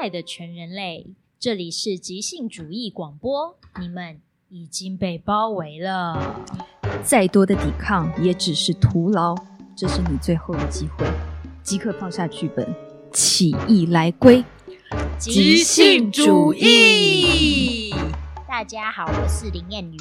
爱的全人类，这里是即兴主义广播，你们已经被包围了。再多的抵抗也只是徒劳，这是你最后的机会，即刻放下剧本，起义来归。即兴主义。大家好，我是林燕瑜。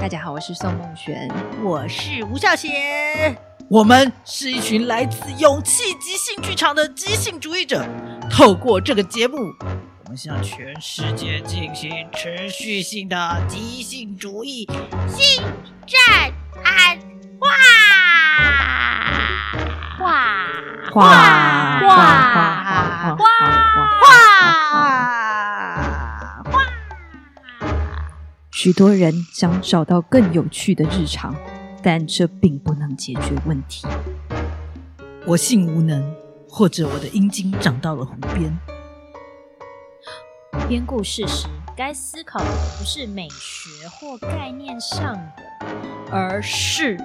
大家好，我是宋梦璇。我是吴孝贤，我们是一群来自勇气即兴剧场的即兴主义者。透过这个节目，我们向全世界进行持续性的即兴主义。战安哇哇哗哗哗哗哗哗哗！啊哇！许多人想找到更有趣的日常，但这并不能解决问题。我性无能，或者我的阴茎长到了湖边。编故事时，该思考的不是美学或概念上的，而是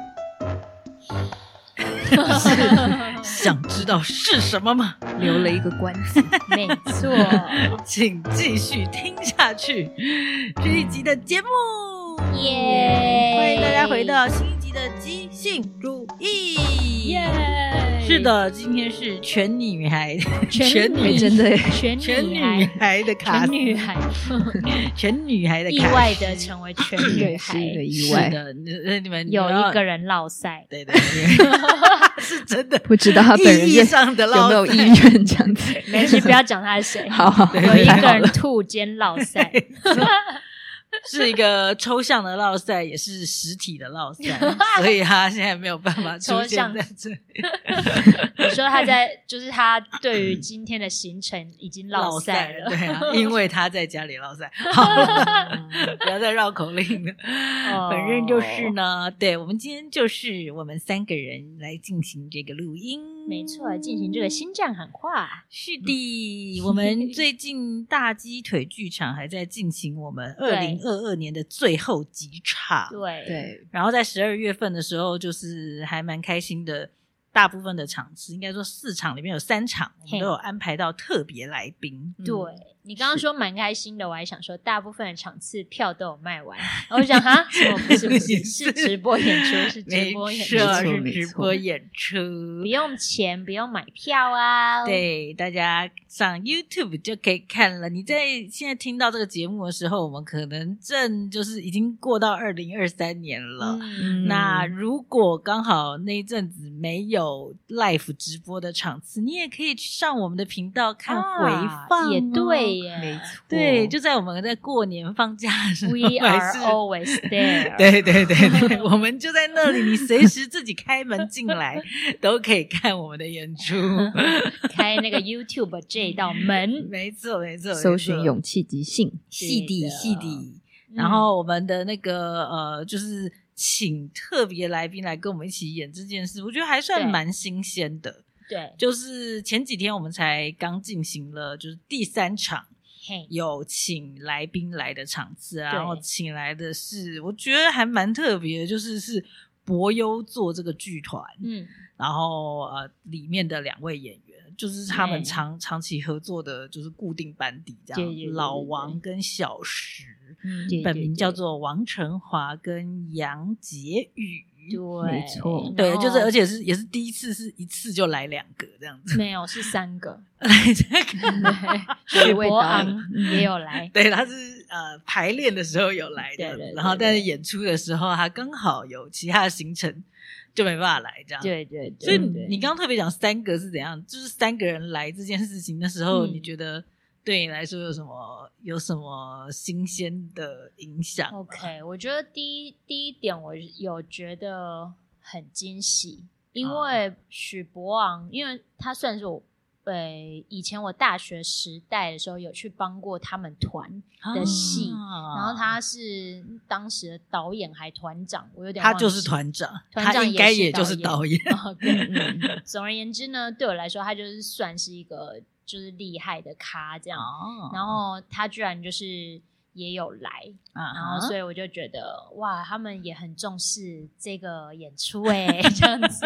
想知道是什么吗？留了一个关 子。没 错。请继续听下去这一集的节目。耶欢迎大家回到新一集的即兴主义。耶！是，的，今天是全女孩， 全女女真的全全女女孩，孩的全卡斯，女 孩，全女孩的意卡斯外的成为全女对，是一孩，个意外是。的，你你们有一个人，人落赛。对对 对，是真的，不知道他本人意义愿上的有捞没有赛意愿这样子。没事，不要讲他是谁。 好，好，有一太个好人了。吐兼落赛，是一个抽象的落赛，也是实体的 落赛，所以他现在没有办法出抽象现在这里。你说他在，就是他对于今天的行程已经落赛了。对啊，因为他在家里落赛。好了，不要再绕口令了。哦反正就是呢，对我们今天就是我们三个人来进行这个录音。没错，进行这个心脏喊话，是的，我们最近大鸡腿剧场还在进行我们二零二二年的最后几场。对，对，然后在十二月份的时候，就是还蛮开心的。大部分的场次，应该说四场里面有三场，我嘿嗯们都有安排到特别来宾。对你刚刚说蛮开心的，我还想说大部分的场次票都有卖完，我想哈，什哦么不是不 是是直播演出，是直没播演错，出，是没错直播演出不。用钱，不用买票啊。，对，大家上 YouTube 就可以看了。你在现在听到这个节目的时候，我们可能正就是已经过到二零二三年了。 嗯，那如果刚好那一阵子没有 live 直播的场次，你也可以去上我们的频道看回放、啊也对。耶，没错，对，就在我们在过年放假的时候，We 还 are 是 always there。对对对对，我们就在那里，你随时自己开门进来都可以看我们的演出。开那个 YouTube 这道门， 没错没错，搜寻没错勇气即兴，细对底的细底，嗯然后我们的那个呃，就是请特别来宾来跟我们一起演这件事，我觉得还算对蛮新鲜的。嗯对，就是前几天我们才刚进行了，就是第三场。嘿，有请来宾来的场次啊，对然后请来的是我觉得还蛮特别的，就是是博优做这个剧团，嗯，然后呃里面的两位演员，就是他们对长长期合作的，就是固定班底这样，对对对对老王跟小石，嗯对本名叫。对对做王成华跟杨杰宇。对，没错对，就是而且且是也是第一次，是一次就来两个这样子。没有是三 个，有许一位博导演昂也有来，对，他是呃排练的时候有来对的，对对然后对但是演出的时候他刚好有其他的行程，就没办法来这样。，对对对，所以对你你刚刚特别讲三个是怎样，就是三个人来这件事情的时候，嗯你觉得对你来说有什么有什么新鲜的影响吗 OK，我觉得第一第一点我有觉得很惊喜，因啊为许博昂，因为他算是我。呃，以前我大学时代的时候有去帮过他们团，的戏啊然后他是当时的导演还团长，我有点他忘就是记 团长，团长他应该也是也就是导导演。哦 对嗯总而言之呢，对我来说，他就是算是一个就是厉害的咖这样。哦然后他居然就是也有来，啊然后所以以我就觉得哇，他们也很重视这个演出哎、 这样子。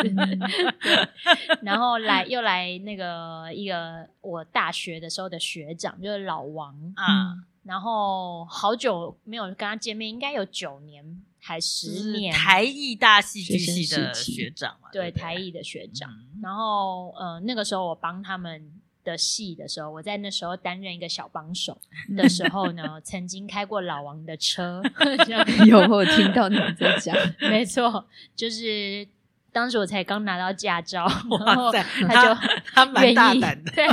然后来又来那个一个我大学的时候的学长，就是老王，啊，然后好久没有跟他见面，应该有九年还十年，台艺大戏剧系学生的时期学长嘛，对不台艺的学长。嗯然后呃，那个时候我帮他们的戏的时候，我在那时候担任一个小帮 手的时候呢，曾经开过老王的车， 这样 有我有听到你们 在讲， 没错，就是当时我才刚拿到驾照，然后哇塞，他就他蛮愿大意胆的，对，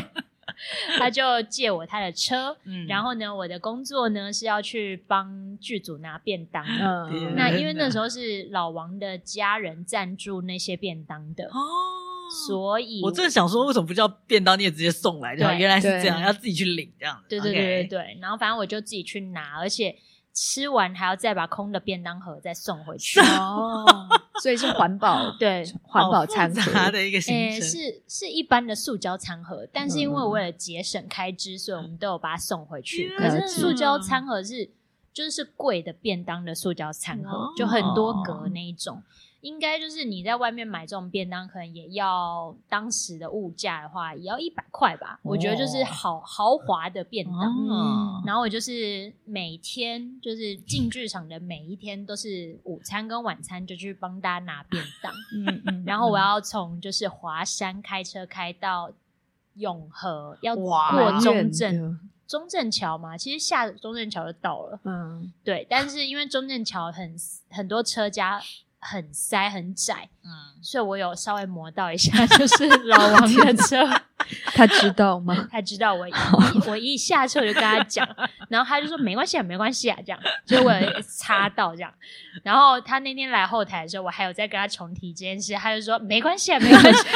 他就借我他的车。 嗯然后呢，我的工作呢是要去帮剧组拿便当的。天嗯，那因为那时哪候是老王的家人赞助那些便当的，哦，所以我正想说为什么不叫便当店直接送来就好，对原来是对这样，要自己去领这样子，对对 OK 对对对。然后反正我就自己去拿，而且吃完还要再把空的便当盒再送回去。哦，所以是环保对，环好保嗯复餐杂盒，的一个行诶、程，是是一般的塑胶餐盒，但是因为嗯为了节省开支，所以我们都有把它送回去。嗯可了是解塑胶餐盒是就是是贵的便当的塑胶餐哇盒，就很哦多格那一种。应该就是你在外面买这种便当，可能也要当时的物价的话，也要一百块吧。我觉得就是哦好豪华的便当。哦然后我就是每天就是进剧场的每一天都是午餐跟晚餐就去帮大家拿便当。嗯嗯然后我要从就是华山开车开到永和，要哇过中正，中正桥嘛，其实下中正桥就到了。 嗯，对，但是因为中正桥很很多车家很塞很窄，嗯，所以我有稍微磨到一下， 就是老王的车。 他知 道吗？他知道我一我一下车我就跟他讲， 然后他就说没关系啊，没关系啊，这样，就我有擦到这样。然后他那天来后台的时候，我还有在跟他重提这件事，他就说没关系啊，没关系。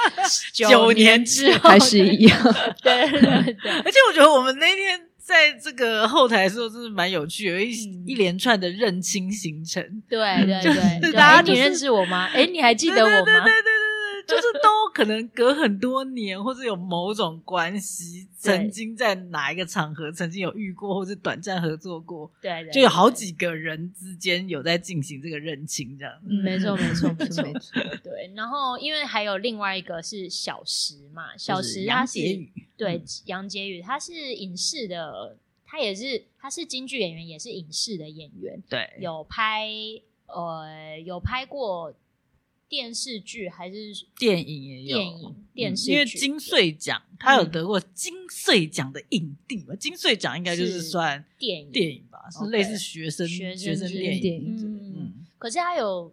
九年之后还是一样， 对对对对而且我觉得我们那天在这个后台的时候，真的蛮有趣的，有一、嗯一连串的认亲行程。 对对对就是对，哎，大家就是你认识我吗？哎，你还记得我对对吗对？对对对，就是都可能隔很多年，或者有某种关系，对曾经在哪一个场合曾经有遇过，或者短暂合作过，对对，就有好几个人之间有在进行这个认亲，这样。嗯没错没错没错 没错，对。然后因为还有另外一个是小石嘛，小啊就是石杨他是洁宇，对嗯，杨洁宇，他是影视的，他也是他是京剧演员，也是影视的演员，对，有拍呃有拍过电视剧还是电影也有嗯电影电视剧，因为金穗奖，他有嗯得过金穗奖的影帝嘛？金穗奖应该就是是算电影电影吧，是 OK 类似学生学学生生电电影。影之类的，嗯，嗯，可是他有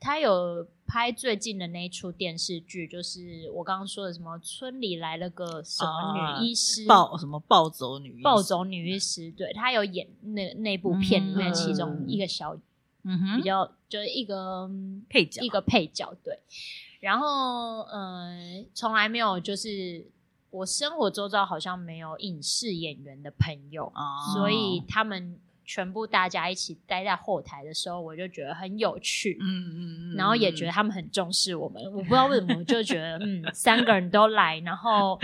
他有拍最近的那一出电视剧，就是我刚刚说的什么村里来了个什么啊女医师，暴什么暴走女医暴师，走女医师，对他有演那那部片里面其中一个小嗯比哼，较就是一个嗯配角一个配角，对。然后，呃，从来没有就是我生活周遭好像没有影视演员的朋友，啊哦所以他们全部大家一起待在后台的时候，我就觉得很有趣。嗯嗯嗯，然后也觉得他们很重视我们，我不知道为什么，我就觉得 嗯，三个人都来，然后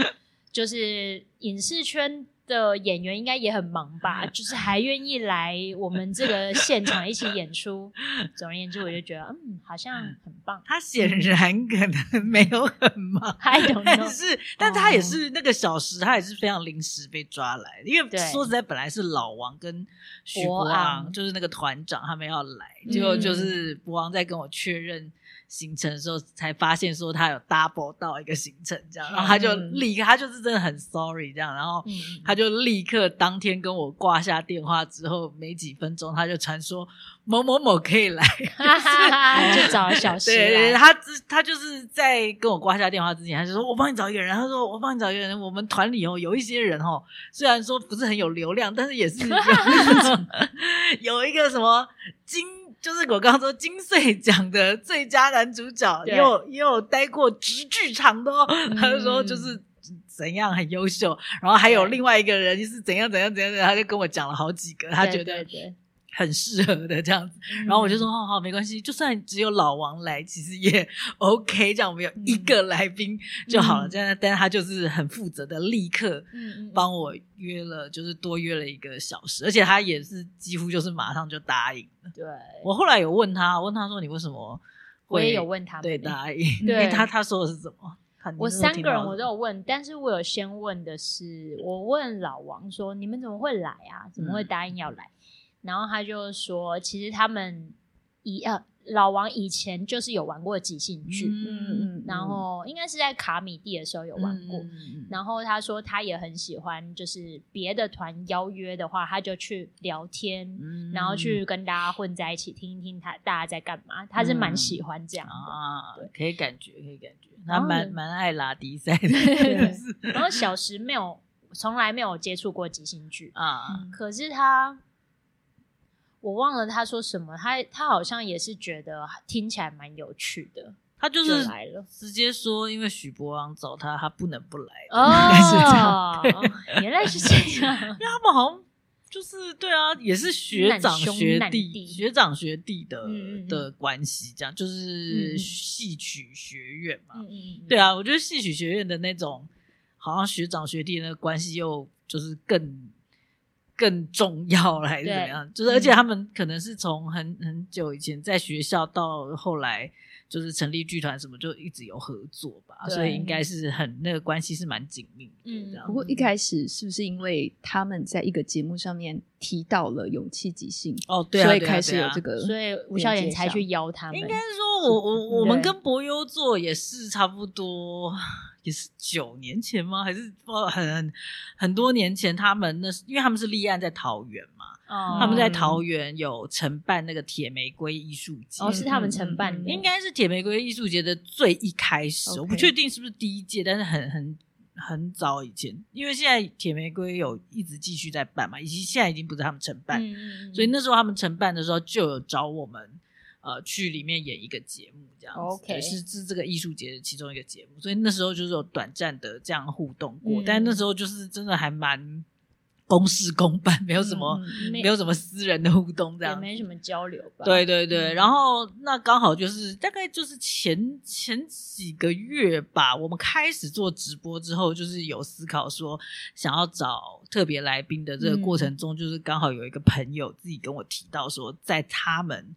就是影视圈的演员应该也很忙吧，就是还愿意来我们这个现场一起演出。总而言之，我就觉得嗯，好像很棒。他显然可能没有很忙。 I don't 但 know，是，但他哦也是那个小时，他也是非常临时被抓来，因为对说实在，本来是老王跟许博博昂，昂就是那个团长，他们要来，嗯结果就是博昂在跟我确认行程的时候，才发现说他有 double 到一个行程这样，然后他就嗯立刻，他就是真的很 sorry 这样，然后嗯，他就立刻当天跟我挂下电话之后，没几分钟他就传说某某某可以来，哈哈哈，就找了小石对对，来，他之他就是在跟我挂下电话之前，他就说我帮你找一个人，他说我帮你找一个人。我们团里哦有一些人哦，虽然说不是很有流量，但是也是有那 种有一个什么金，就是我刚刚说金穗奖的最佳男主角，对也有也有待过直剧场的哦。 他就说嗯就是。怎样很优秀，然后还有对另外一个人就是怎样怎样怎样怎样，他就跟我讲了好几个，他对嗯觉对得对很适合的这样子。然后我就说，哦，好，没关系，就算只有老王来，其实也 OK。这样我们有一个来宾就好了。嗯这样，但他就是很负责的，立刻嗯嗯帮我约了，就是多约了一个小时，而且他也是几乎就是马上就答应。对，我后来有问他，问他说你为什么我会也有问他们对欸，答应？因对为他他说的是什么？他我三个人我都有问，但是我有先问的是，我问老王说：“你们怎么会来啊？怎么会答应要来？”然后他就说：“其实他们以呃，老王以前就是有玩过即兴剧，嗯嗯然后应该是在卡米蒂的时候有玩过。嗯然后他说他也很喜欢，就是别的团邀约的话，他就去聊天，嗯然后去跟大家混在一起，听一听他大家在干嘛。他是蛮喜欢这样的。啊对，可以感觉，可以感觉，然他后蛮呢蛮爱拉迪赛的，就是然后小时没有，从来没有接触过即兴剧， 啊，可是他，我忘了他说什么，他他好像也是觉得听起来蛮有趣的，他就就是来了。直接说，因为许博昂找他，他不能不来。哦，原来是这样，因为他们好像就是对啊，也是学长难兄学难弟、弟学长学弟的、嗯嗯嗯的关系，这样嗯就是嗯戏曲学院嘛。嗯嗯，对啊，啊，我觉得戏曲学院的那种，好像学长学弟那个关系又就是更更重要了，还是怎么样？就是嗯而且他们可能是从很很久以前在学校到后来。就是成立剧团什么，就一直有合作吧，对所以应该是很那个关系是蛮紧密的。嗯这样不过一开始是不是因为他们在一个节目上面提到了勇气即兴，哦，对啊，所以对啊开始对有啊这个所以吴笑言才去邀他们应该，是说我，我我们对跟博优做也是差不多，也是九年前吗？还是不知道很很多年前？他们那是因为他们是立案在桃园嘛，哦他们在桃园有承办那个铁玫瑰艺术节。哦是他们承办嗯嗯的，嗯应该是铁玫瑰艺术节的最一开始 OK 我不确定是不是第一届，但是很很很早以前，因为现在铁玫瑰有一直继续在办嘛，以及现在已经不是他们承办，嗯嗯嗯所以那时候他们承办的时候就有找我们，呃，去里面演一个节目，这样子 OK 对是是这个艺术节的其中一个节目，所以那时候就是有短暂的这样互动过，嗯但那时候就是真的还蛮公事公办，没有什么、嗯没没有什么私人的互动这也样子，没什么交流吧？对对对，嗯然后那刚好就是大概就是前前几个月吧，我们开始做直播之后，就是有思考说想要找特别来宾的这个过嗯程中，就是刚好有一个朋友自己跟我提到说，在他们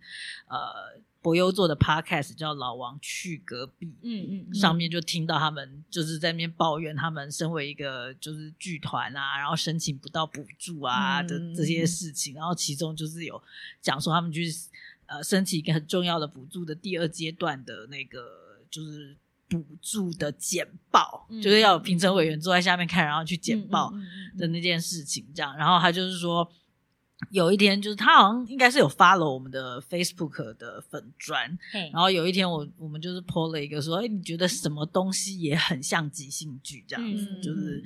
呃博优做的 podcast 叫《老王去隔壁》，嗯，嗯嗯，上面就听到他们就是在那边抱怨，他们身为一个就是剧团啊，然后申请不到补助啊嗯的、这些事情，然后其中就是有讲说他们去呃申请一个很重要的补助的第二阶段的那个就是补助的简报，嗯就是要有评审委员坐在下面看，然后去简报，嗯嗯嗯的那件事情，这样，然后他就是说，有一天就是他好像应该是有发了我们的 Facebook 的粉砖，嘿然后有一天我我们就是 PO 了一个说，哎，你觉得什么东西也很像即兴剧这样子，嗯就是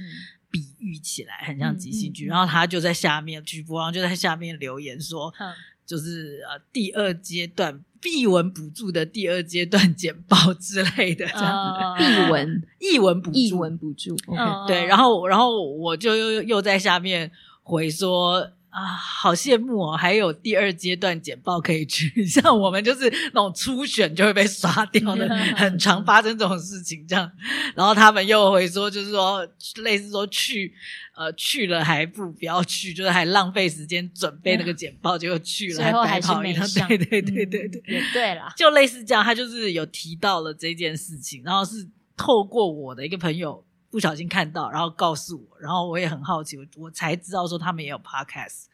比喻起来很像即兴剧，嗯嗯嗯然后他就在下面，曲博王就在下面留言说，哼就是呃第二阶段译文补助的第二阶段简报之类的这样，呃译文译文补助，译文补助，OK，哦嗯对，然后然后我就又又在下面回说啊，好羡慕哦，还有第二阶段简报可以去， 像我们就是那种初选就会被刷 掉的，嗯很常发生这种事情这样。然后他们又回说，就是说类似说去呃去了还不如不要去，就是还浪费时间准备那个简报，结果去了最后白还是跑一没趟，上嗯对对对对对。也对啦，就类似这样，他就是有提到了这件事情，然后是透过我的一个朋友不小心看到，然后告诉我，然后我也很好奇，我我才知道说他们也有 podcast，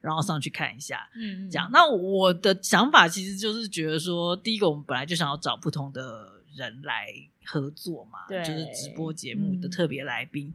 然后上去看一下。嗯，嗯这样，那我的想法其实就是觉得说，第一个我们本来就想要找不同的人来合作嘛，对就是直播节目的嗯特别来宾。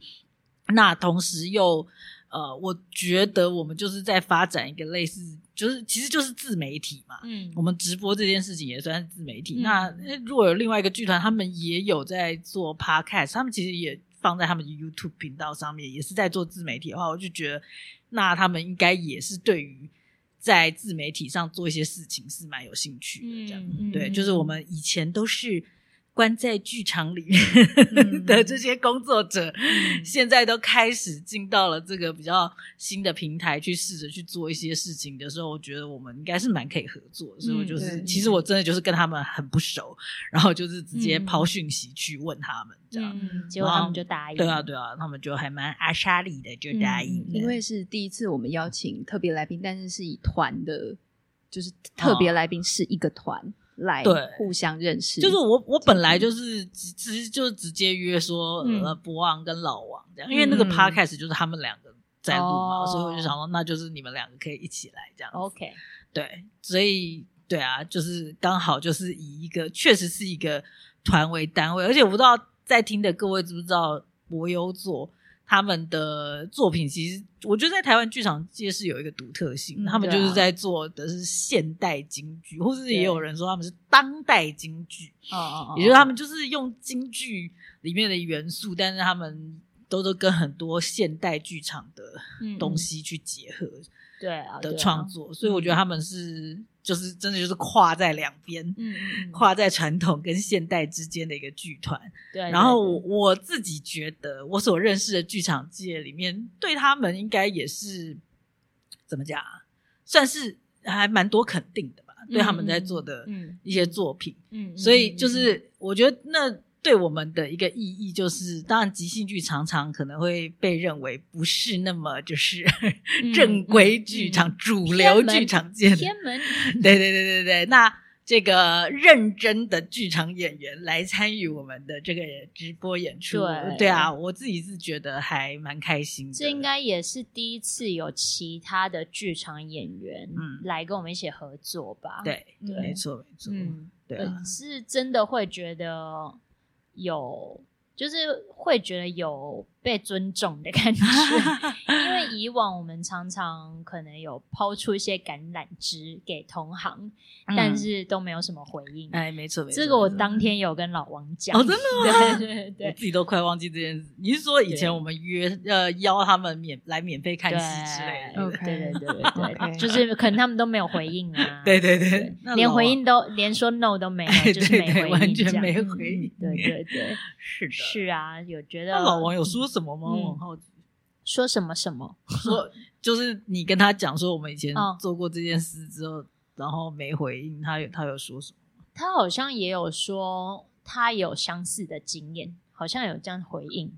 那同时又呃，我觉得我们就是在发展一个类似，就是其实就是自媒体嘛，嗯我们直播这件事情也算是自媒体。嗯那呃如果有另外一个剧团，他们也有在做 podcast，他们其实也放在他们的 YouTube 频道上面，也是在做自媒体的话，我就觉得那他们应该也是对于在自媒体上做一些事情是蛮有兴趣的。这样、嗯嗯对，嗯就是我们以前都是。关在剧场里嗯面 的这些工作者，现在都开始进到了这个比较新的平台去试着去做一些事情的时候，我觉得我们应该是蛮可以合作的。所以我嗯就是，对其实我真的就是跟他们很不熟，然后就是直接抛讯息去问他们这样。嗯，嗯结果他们就答应。对啊，对啊，他们就还蛮阿莎丽的，就答应了。因为是第一次我们邀请特别来宾，但是是以团的，就是特别来宾是一个团来对互相认识，就是我我本来就是直直就直接约说、嗯呃博昂跟老王这样，因为那个嗯 podcast 就是他们两个在录嘛，哦所以我就想说那就是你们两个可以一起来这样子。 OK，对，所以对啊，就是刚好就是以一个确实是一个团为单位，而且我不知道在听的各位知不知道博优作他们的作品，其实我觉得在台湾剧场界是有一个独特性，嗯他们就对啊是在做的是现代京剧，或是对也有人说他们是当代京剧，哦哦哦，也就是他们就是用京剧里面的元素，但是他们。都都跟很多现代剧场的嗯东西去结合，对啊嗯的创，作，所以我觉得他们是就是真的就是跨在两边，对啊嗯嗯嗯，跨在传统跟现代之间的一个剧团。对，对然后我对我自己觉得，我所认识的剧场界里面，对他们应该也是怎么讲啊，算是还蛮多肯定的吧，对他们在做的嗯一些作品。嗯，嗯所以嗯就嗯是我觉得那对我们的一个意义就是，当然即兴剧常常可能会被认为不是那么就是嗯正规剧场、嗯主流剧场界的，天 门，对对对对对，那。这个认真的剧场演员来参与我们的这个直播演出，对啊，我自己是觉得还蛮开心的。这应该也是第一次有其他的剧场演员嗯来跟我们一起合作吧？，对，对没错没错，嗯，对啊我是真的会觉得有，就是会觉得有被尊重的感觉，因为以往我们常常可能有抛出一些橄榄枝给同行，嗯呃但是都没有什么回应。哎，没错没错。这个我没错当天有跟老王讲，哦真的 吗对对我对自己都快忘记这件事。你是说以前对我们约呃邀他们免来免费看对戏之类的？ OK 对对对对对， OK 就是可能他们都没有回应啊， 对对对对，那，连老回应都连说 no 都没 哎有，就是对没对，回完应这全样，嗯没回应。对对对， 是的。是啊，有觉得那老王有说什么嗯吗？我很好奇。 说什么什么？说就是你跟他讲说我们以前哦做过这件事之后，然后没回应，他有他有说什么？他好像也有说他有相似的经验，好像有这样回应。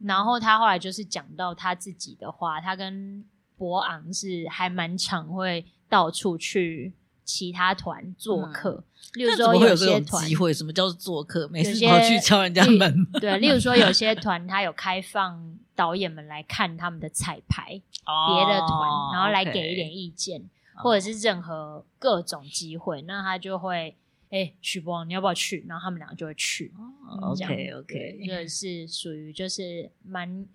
然后他后来就是讲到他自己的话，他跟博昂是还蛮常会到处去其他团做客， 例如嗯那怎说么会这些种团机会？什么叫做做客？每有次些跑去敲人家例门吗？对，例如说有些团他有开放导演们来看他们的彩排， 别的哦团，然后来给一点意见，嗯或者是任何各种机会，那他就会，哎，许博，你要不要去？然后他们两个就会去，哦这样 OK OK，这个是属于就是蛮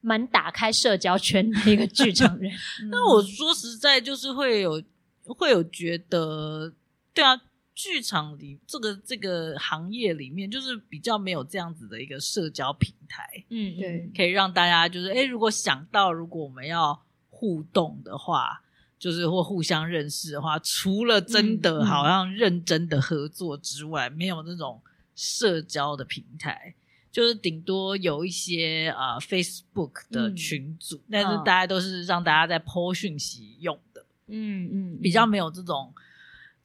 蛮打开社交圈的一个剧场 人。那我说实在，就是会有会有觉得，对啊，剧场里这个这个行业里面，就是比较没有这样子的一个社交平台，嗯，对可以让大家就是，哎，如果想到如果我们要互动的话。就是或互相认识的话，除了真嗯的嗯好像认真的合作之外，没有那种社交的平台。就是顶多有一些呃 Facebook 的嗯群组，但是嗯大家都是让大家在 PO 讯息用的，嗯嗯，比较没有这种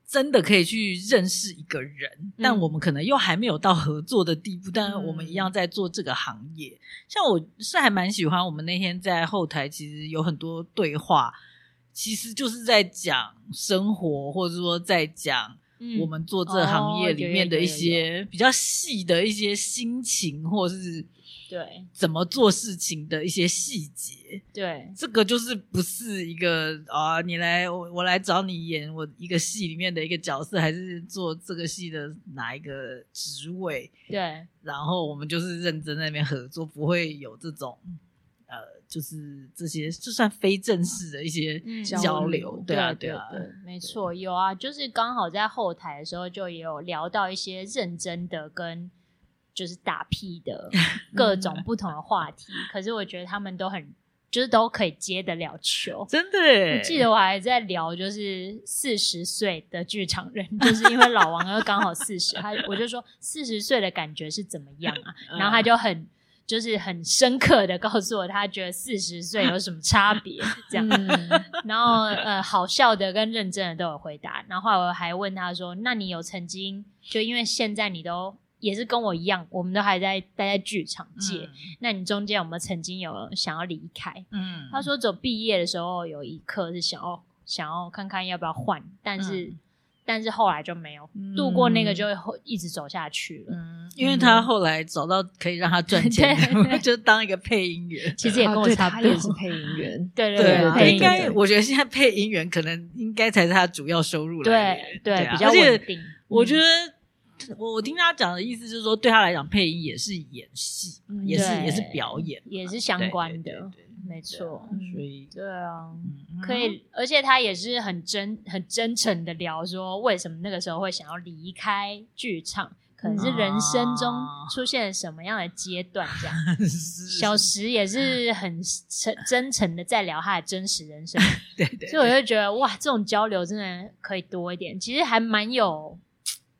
真的可以去认识一个人。但我嗯们可能又还没有到合作的地步，但我们一样在做这个行业。像我是还蛮喜欢我们那天在后台，其实有很多对话，其实就是在讲生活，或者说在讲嗯我们做这行业里面的哦有一有些比较细的一些心情，或是嗯对怎么做事情的一些细节。对这个就是不是一个啊，你来我我来找你演我一个戏里面的一个角色，还是做这个戏的哪一个职位？对，然后我们就是认真在那边合作，不会有这种呃，就是这些就算非正式的一些嗯交交流流，对啊，对啊，对没错，有啊，就是刚好在后台的时候，就也有聊到一些认真的跟 就是打屁的各种不同的话题。可是我觉得他们都很就是都可以接得了球。真的耶我记得我还在聊，就是四十岁的剧场人，就是因为老王又刚好四十，他我就说四十岁的感觉是怎么样啊？嗯然后他就很就是很深刻的告诉我，他觉得四十岁有什么差别这 嗯样。哦然后呃，好笑的跟认真的都有回答。然后后来我还问他说：“那你有曾经就因为现在你都也是跟我一样，我们都还在待在剧场界，那你中间有没有曾经有想要离开？”嗯，嗯他说走毕业的时候有一刻是想要想要看看要不要换，但是、嗯但是后来就没有嗯度过那个就会一直走下去了。嗯，因为他后来找到可以让他赚钱的， 对 就当一个配音员。其实也啊跟我对差他不也多，是配音员，对对对啊配音应该员我觉得现在配音员可能应该才是他主要收入来源。对对啊比较而且稳定。我觉得得，我我听他讲的意思就是说，对他来讲，配音也是演戏嘛，嗯也是对也是表演嘛，嗯也是相关对对的对，没错。所以对啊，嗯可以，而且他也是很真、很真诚的聊说，为什么那个时候会想要离开剧场，可能是人生中啊出现了什么样的阶段这 样。嗯是小石也是很诚真诚的在聊他的真实人生，对对，所以我就觉得哇，这种交流真的可以多一点，其实还蛮有，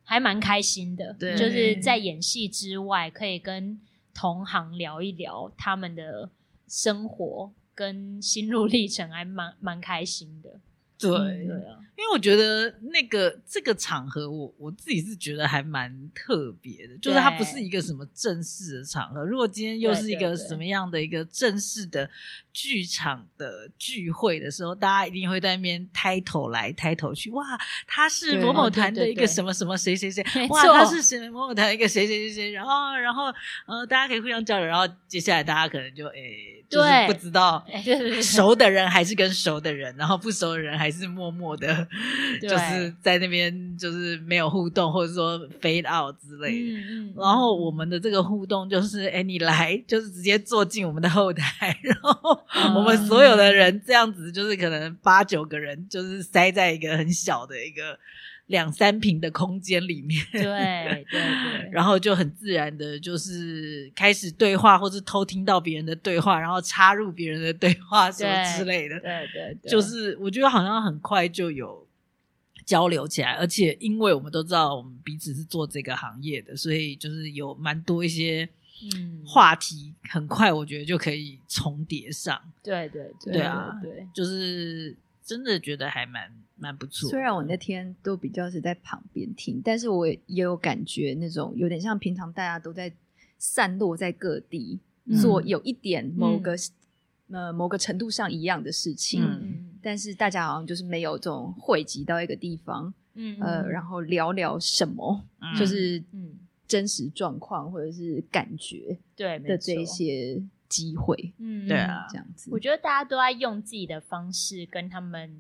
还蛮开心的，对就是在演戏之外，可以跟同行聊一聊他们的生活跟心路历程，还蛮蛮开心的。对，嗯对 啊，因为我觉得那个这个场合我，我自己是觉得还蛮特别的，就是它不是一个什么正式的场合。如果今天又是一对对个对什么样的一个正式的剧场的聚会的时候，大家一定会在那边抬头来抬头去，哇，他是对某某哦对团的对一对个什么什么谁谁谁没，哇，错他是谁某某团的一个谁谁谁谁，然后然后呃，大家可以互相交流，然后接下来大家可能就诶，就是对不知道。哎，对对对，熟的人还是跟熟的人，然后不熟的人还是默 默的，对就是在那边就是没有互动，或者说 fade out 之类的。嗯嗯，然后我们的这个互动就是，哎，你来就是直接坐进我们的后台，然后嗯我们所有的人这样子，就是可能八九个人就是塞在一个很小的一个两三平的空间 里面，对对对， 然后就很自然的，就是开始对话，或是偷听到别人的对话，然后插入别人的对话什么对之类的，对对对，就是我觉得好像很快就有交流起来，而且因为我们都知道我们彼此是做这个行业的，所以就是有蛮多一些嗯，话题，很快我觉得就可以重叠上，对对对啊对，就是真的觉得还蛮蛮不错的。虽然我那天都比较是在旁边听，但是我也有感觉那种有点像平常大家都在散落在各地、嗯做有一点某个、呃某个程度上一样的事情，嗯但是大家好像就是没有这种汇集到一个地方，嗯呃，然后聊聊什么，嗯就是嗯，真实状况或者是感觉对的这一，些机会，没错嗯，对啊这样子我。觉得大家都在用自己的方式跟他们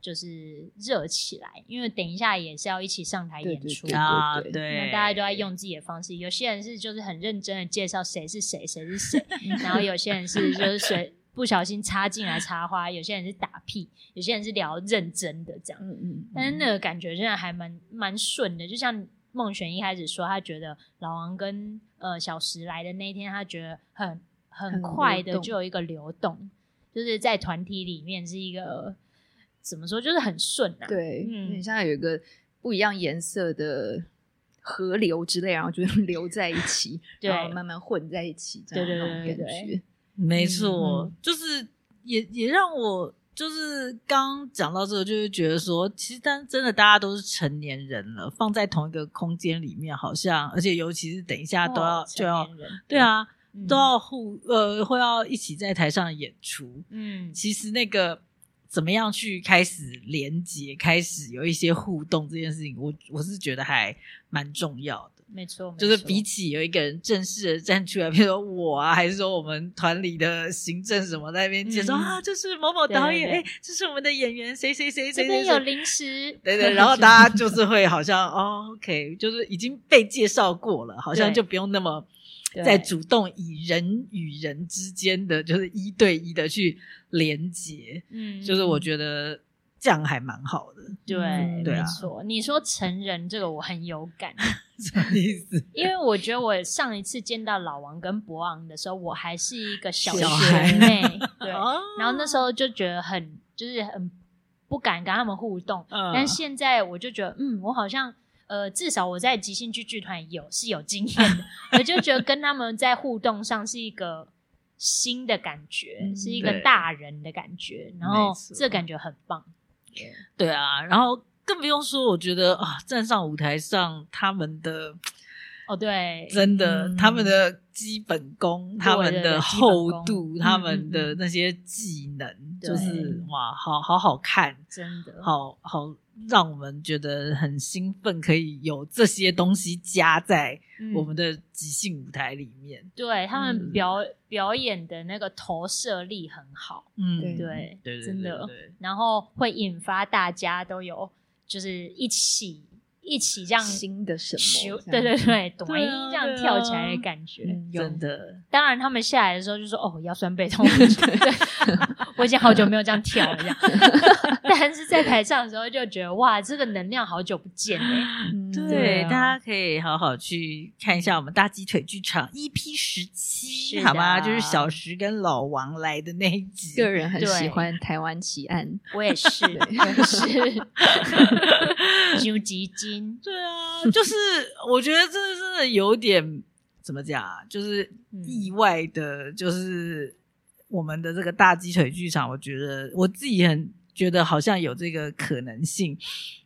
就是热起来，因为等一下也是要一起上台演出对对啊，对对，那大家都在用自己的方式，有些人是就是很认真的介绍谁是谁，谁是 谁，然后有些人是就是谁不小心插进来插花，有些人是打屁，有些人是聊认真的这样。嗯嗯，但是那个感觉真的还蛮蛮顺的，就像孟璇一开始说，他觉得老王跟呃小石来的那一天，他觉得很很很快流的动就有一个流动，就是在团体里面是一个怎么说，就是很顺啊。对，嗯有点像有一个不一样颜色的河流之类，然后就 流在一起，对然后慢慢混在一起，这样对对那对种感对觉。没嗯错，嗯就是也也让我就是刚讲到这个，就是觉得说，其实但真的大家都是成年人了，放在同一个空间里面，好像而且尤其是等一下哦，都要、就要成年人对，啊，嗯都要互呃会要一起在台上演出。嗯，其实那个怎么样去开始连接，开始有一些互动这件事情，我我是觉得还蛮重要的。没错，没就是错比起有一个人正式的站出来，比如说我啊，还是说我们团里的行政什么在那边介绍、嗯啊，这是某某导演，对对哎，这是我们的演员谁谁谁这谁谁边有谁，零食，对对，然后大家就是会好像哦，OK，就是已经被介绍过了，好像对就不用那么对在主动以人与人之间的就是一对一的去连接， 嗯，就是我得觉得这样还蛮好的， 对，嗯对啊没错，你说成人这个我很有感，什么意思？因为我觉得我上一次见到老王跟博昂的时候，我还是一个小小学孩 妹，对，哦然后那时候就觉得很就是很不敢跟他们互动，嗯但现在我就觉得，嗯，我好像。呃，至少我在即兴剧剧团有是有经验 的，我就觉得跟他们在互动上是一个新的感觉，嗯是一个对大人的感觉，然后没错这感觉很棒。对啊，然后更不用说，我觉得啊，站上舞台上，他们的哦，对，真的，嗯他们的基本功，他们对对基的本功厚度，嗯他们嗯的嗯那些技能，对就是哇，好好好看，真的，好好让我们觉得很兴奋，可以有这些东西加在嗯我们的即兴舞台里面。对他们嗯表、表演的那个投射力很好，嗯，对对，对对真对的，对然后会引发大家都有就是一起一起这样新的什咻么？对对 对，咚对啊这样对跳起来啊的感觉。嗯有真的，当然，他们下来的时候就说：“哦，腰酸背 痛。对”我已经好久没有这样跳了，这样。 但是在台上的时候就觉得哇，这个能量好久不见 了。嗯对，啊大家可以好好去看一下我们大鸡腿剧场 EP 十七，是好吗？的啊就是小石跟老王来的那一集。个人很喜对欢台湾奇案，我也是，我也 是，九级金， 对啊，就是我觉得真的真的有点怎么讲啊，就是嗯意外的，就是我们的这个大鸡腿剧场，我觉得我自己很觉得好像有这个可能性，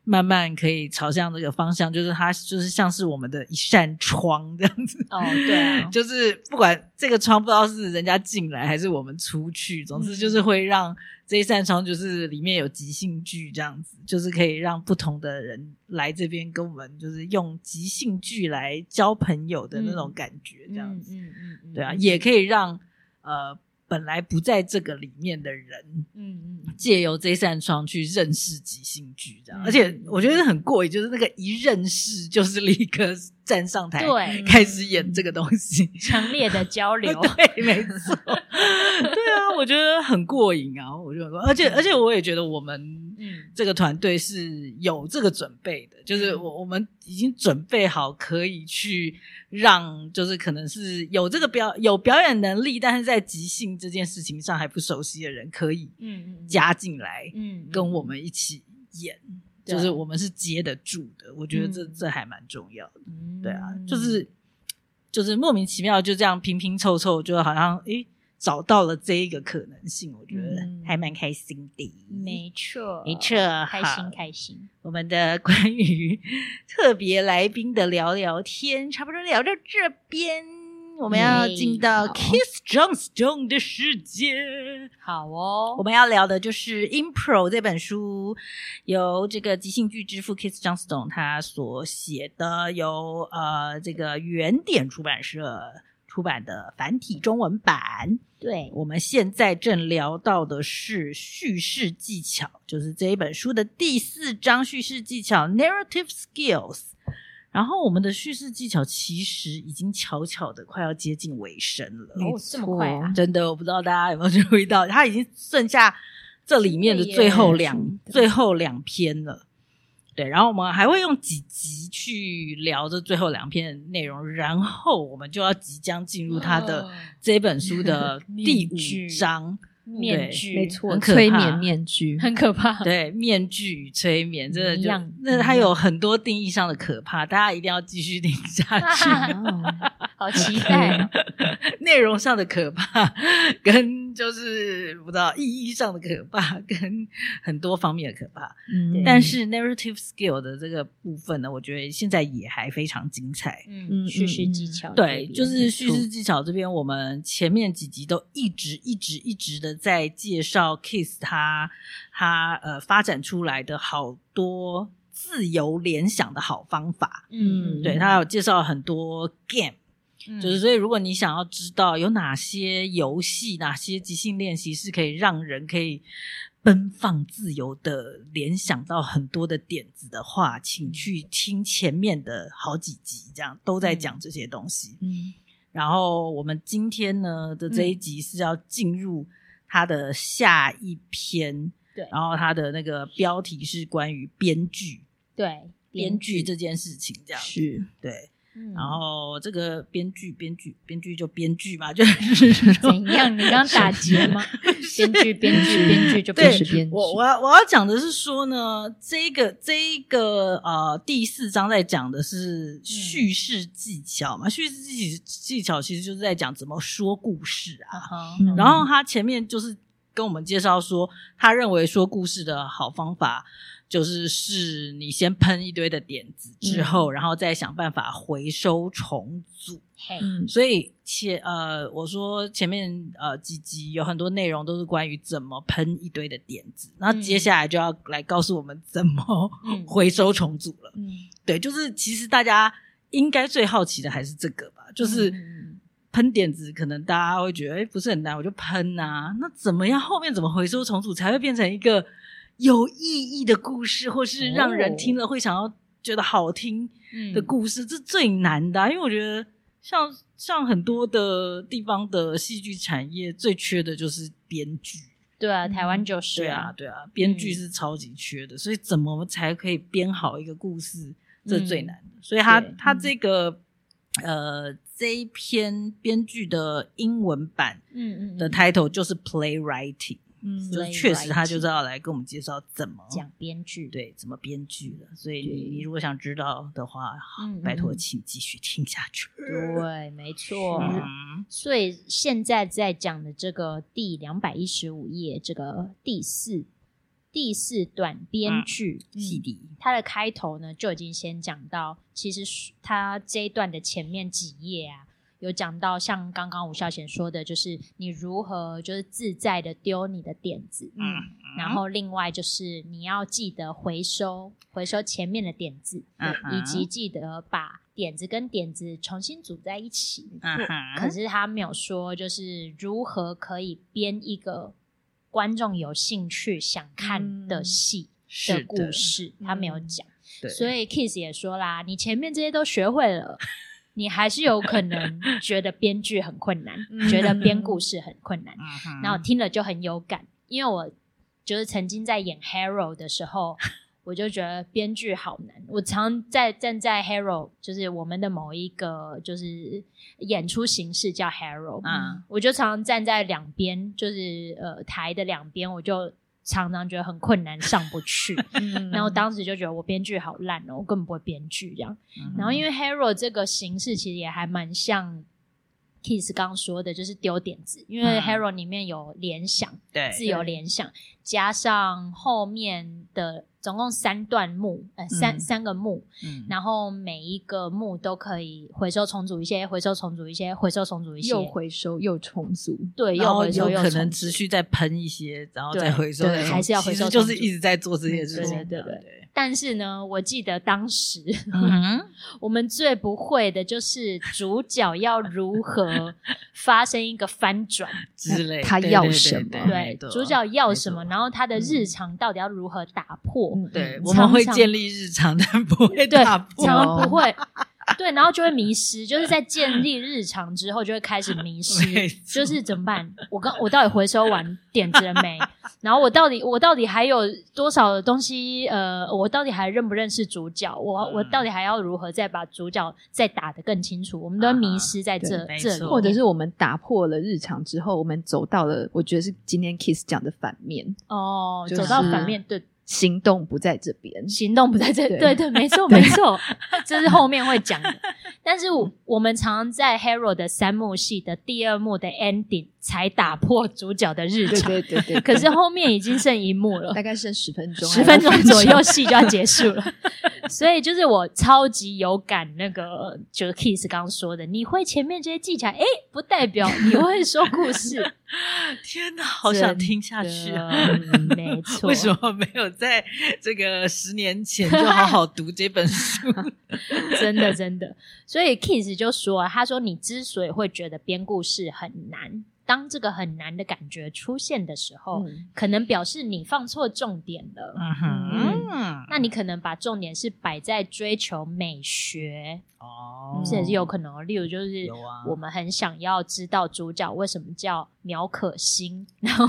慢慢可以朝向这个方向，就是它就是像是我们的一扇窗这样子。哦，对啊， 就是不管这个窗不知道是人家进来还是我们出去，总之嗯就是会让这一扇窗就是里面有即兴剧这样子，就是可以让不同的人来这边跟我们就是用即兴剧来交朋友的那种感觉这样子，嗯嗯嗯，对啊，也可以让呃本来不在这个里面的人嗯嗯，借由这扇窗去认识即兴剧这样，嗯而且我觉得很过瘾，就是那个一认识就是立刻站上台。对，嗯开始演这个东西，强烈的交 流， 对，没错， 对啊，我觉得很过瘾啊，我觉得很过，而且而且我也觉得我们嗯，这个团队是有这个准备的，就是我我们已经准备好可以去让，就是可能是有这个表有表演能力，但是在即兴这件事情上还不熟悉的人，可以嗯嗯嗯加进来嗯跟我们一起演。对啊就是我们是接得住的，我觉得这、嗯这还蛮重要的。嗯对啊，就是就是莫名其妙就这样拼拼凑凑，就好像诶找到了这一个可能性，我觉得嗯还蛮开心的。没错，没错，，开好心开心，我们的 关于特别来宾的聊聊天，差不多聊到这边，我们要耶进到好 Kiss Johnstone 的世界。好哦，我们要聊的就是《Impro》这本书，由这个即兴剧之父 Keith Johnston 他所写的，由呃这个原点出版社出版的繁体中文版。对，我们现在正聊到的是叙事技巧，就是这一本书的第四章叙事技巧 （Narrative Skills）。然后我们的叙事技巧其实已经悄悄的快要接近尾声了。哦，这么快啊，真的，我不知道大家有没有注意到，它已经剩下这里面的最后两真的耶最后两篇了。对，然后我们还会用几集去聊这最后两篇的内容，然后我们就要即将进入他的、哦这本书的第面具五章，面具，没错，很可怕催眠面具，啊很可怕， 对，面具与催眠，真的一就样那它有很多定义上的可怕，大家一定要继续听下去。 哦好期待 哦，内容上的可怕，跟就是不知道意义上的可怕，跟很多方面的可怕。嗯但是 narrative skill 的这个部分呢，我觉得现在也还非常精彩。嗯，叙事技巧，对，这边就是叙事，技巧这边，我们前面几集都一直一直一直的在介绍 Kiss 他他呃发展出来的好多自由联想的好方法。嗯，对他有介绍很多 game。就是所以，如果你想要知道有哪些游戏、哪些即兴练习是可以让人可以奔放自由的联想到很多的点子的话，请去听前面的好几集，这样都在讲这些东西。嗯然后我们今天呢的这一集是要进入它的下一篇，对然后它的那个标题是关于编剧。对，编编剧剧这件事情，这样是对。嗯然后这个编剧，编剧，编剧就编剧嘛， 就是说怎样？你刚打结 吗？编剧，编剧，编剧就对编这剧是编剧，我我要我要讲的是说呢，这个这一个呃第四章在讲的嗯是叙事技巧嘛，叙事技技巧其实就是在讲怎么说故事啊。嗯然后他前面就是跟我们介绍说，他认为说故事的好方法就是是你先喷一堆的点子嗯之后，然后再想办法回收重组。嘿，嗯所以前呃，我说前面呃几集有很多内容都是关于怎么喷一堆的点子，那嗯接下来就要来告诉我们怎么嗯 回收重组了。嗯，对，就是其实大家应该最好奇的还是这个吧，就是。嗯喷点子，可能大家会觉得哎、诶不是很难，我就喷啊。那怎么样后面怎么回收重组才会变成一个有意义的故事，或是让哦人听了会想要觉得好听嗯的故事？这最难的啊、因为我觉得像像很多的地方的戏剧产业最缺的就是编剧。对啊，嗯台湾就是对啊，，对啊，编剧是超级缺的，所以怎么才可以编好一个故事，这是最难的。所以他嗯对嗯他这个呃这一篇编剧的英文版嗯嗯嗯的 title 就是 playwriting，、嗯就是确实他就是要来跟我们介绍怎么讲编剧，对怎么编剧的。所以你对你如果想知道的话，嗯拜托嗯请继续听下去。对，没错。嗯所以现在在讲的这个第两百一十五页，这个第四第四短嗯编剧，戏底它的开头呢就已经先讲到，其实是它这一段的前面几页啊，有讲到像刚刚吴孝贤说的，就是你如何就是自在的丢你的点子，嗯，然后另外就是你要记得回收回收前面的点子，嗯以及记得把点子跟点子重新组在一起。嗯对哼可是他没有说，就是如何可以编一个观众有兴趣想看的戏是故事，他没有嗯讲。对所以 Kiss 也说啦，你前面这些都学会了。你还是有可能觉得编剧很困难，嗯觉得编故事很困难，嗯哼然后我听了就很有感，因为我就是曾经在演 Hero 的时候，我就觉得编剧好难。我常在站在 Hero，就是我们的某一个就是演出形式叫 Hero，、嗯我就常常站在两边，就是呃台的两边，我就常常觉得很困难，上不 去。嗯然后当时就觉得我编剧好烂哦，我根本不会编剧这样。嗯然后因为 Hero 这个形式其实也还蛮像 Kiss 刚说的，就是丢点子，因为嗯哎 Hero 里面有联想、对自由联想，加上后面的总共三段幕，呃，三、嗯三个幕，嗯然后每一个幕都可以回收重组一些，回收重组一些，回收重组一些，又回收又重组，对，然又后回收有又可重能组持续再喷一些，然后对再回收，对再重还是要回其实收就重是组一直在做这件事情。对对对对对，但是呢，我记得当时、 嗯，我们最不会的就是主角要如何发生一个翻转。之类他对要对对什对么对，主角要什么，没错嗯然后他的日常到底要如何打破？嗯对，嗯我们会常建立日常，但 不会对，大常破。常不 会，对，然后就会迷失，就是在建立日常之后就会开始 迷没失，错就是怎么办？我刚我到底回收完点子了没？然后我到底我到底还有多少的东西？呃，我到底还认不认识主角？我我嗯到底还要如何再把主角再打得更清楚？我们都会迷失在这啊对这没里，错或者是我们打破了日常之后，我们走到了，我觉得是今天 Kiss 讲的反面，哦，就是走到反面对。行动不在这边。行动不在这，对嗯对 对，没错没错，这是后面会讲的。但是我我们常常在 Hero 的三幕戏的第二幕的 ending 才打破主角的日对常，对 对 对，可是后面已经剩一幕了大，概剩十分钟，十分钟左右戏就要结束了。 所以就是我超级有感那个，就是 Kiss 刚刚说的，你会前面这些技巧，哎，不代表你会说故 事。天哪，好想听下去啊！嗯 没错， 为什么没有在这个十年前就好好读这本书？真的真的。所以 Kiss 就说、啊，他说你之所以会觉得编故事很难，当这个很难的感觉出现的时候，嗯可能表示你放错重点了。嗯哼，那你可能把重点是摆在追求美学，哦，这也是有可能哦。例如，就是有啊我们很想要知道主角为什么叫苗可欣， 然后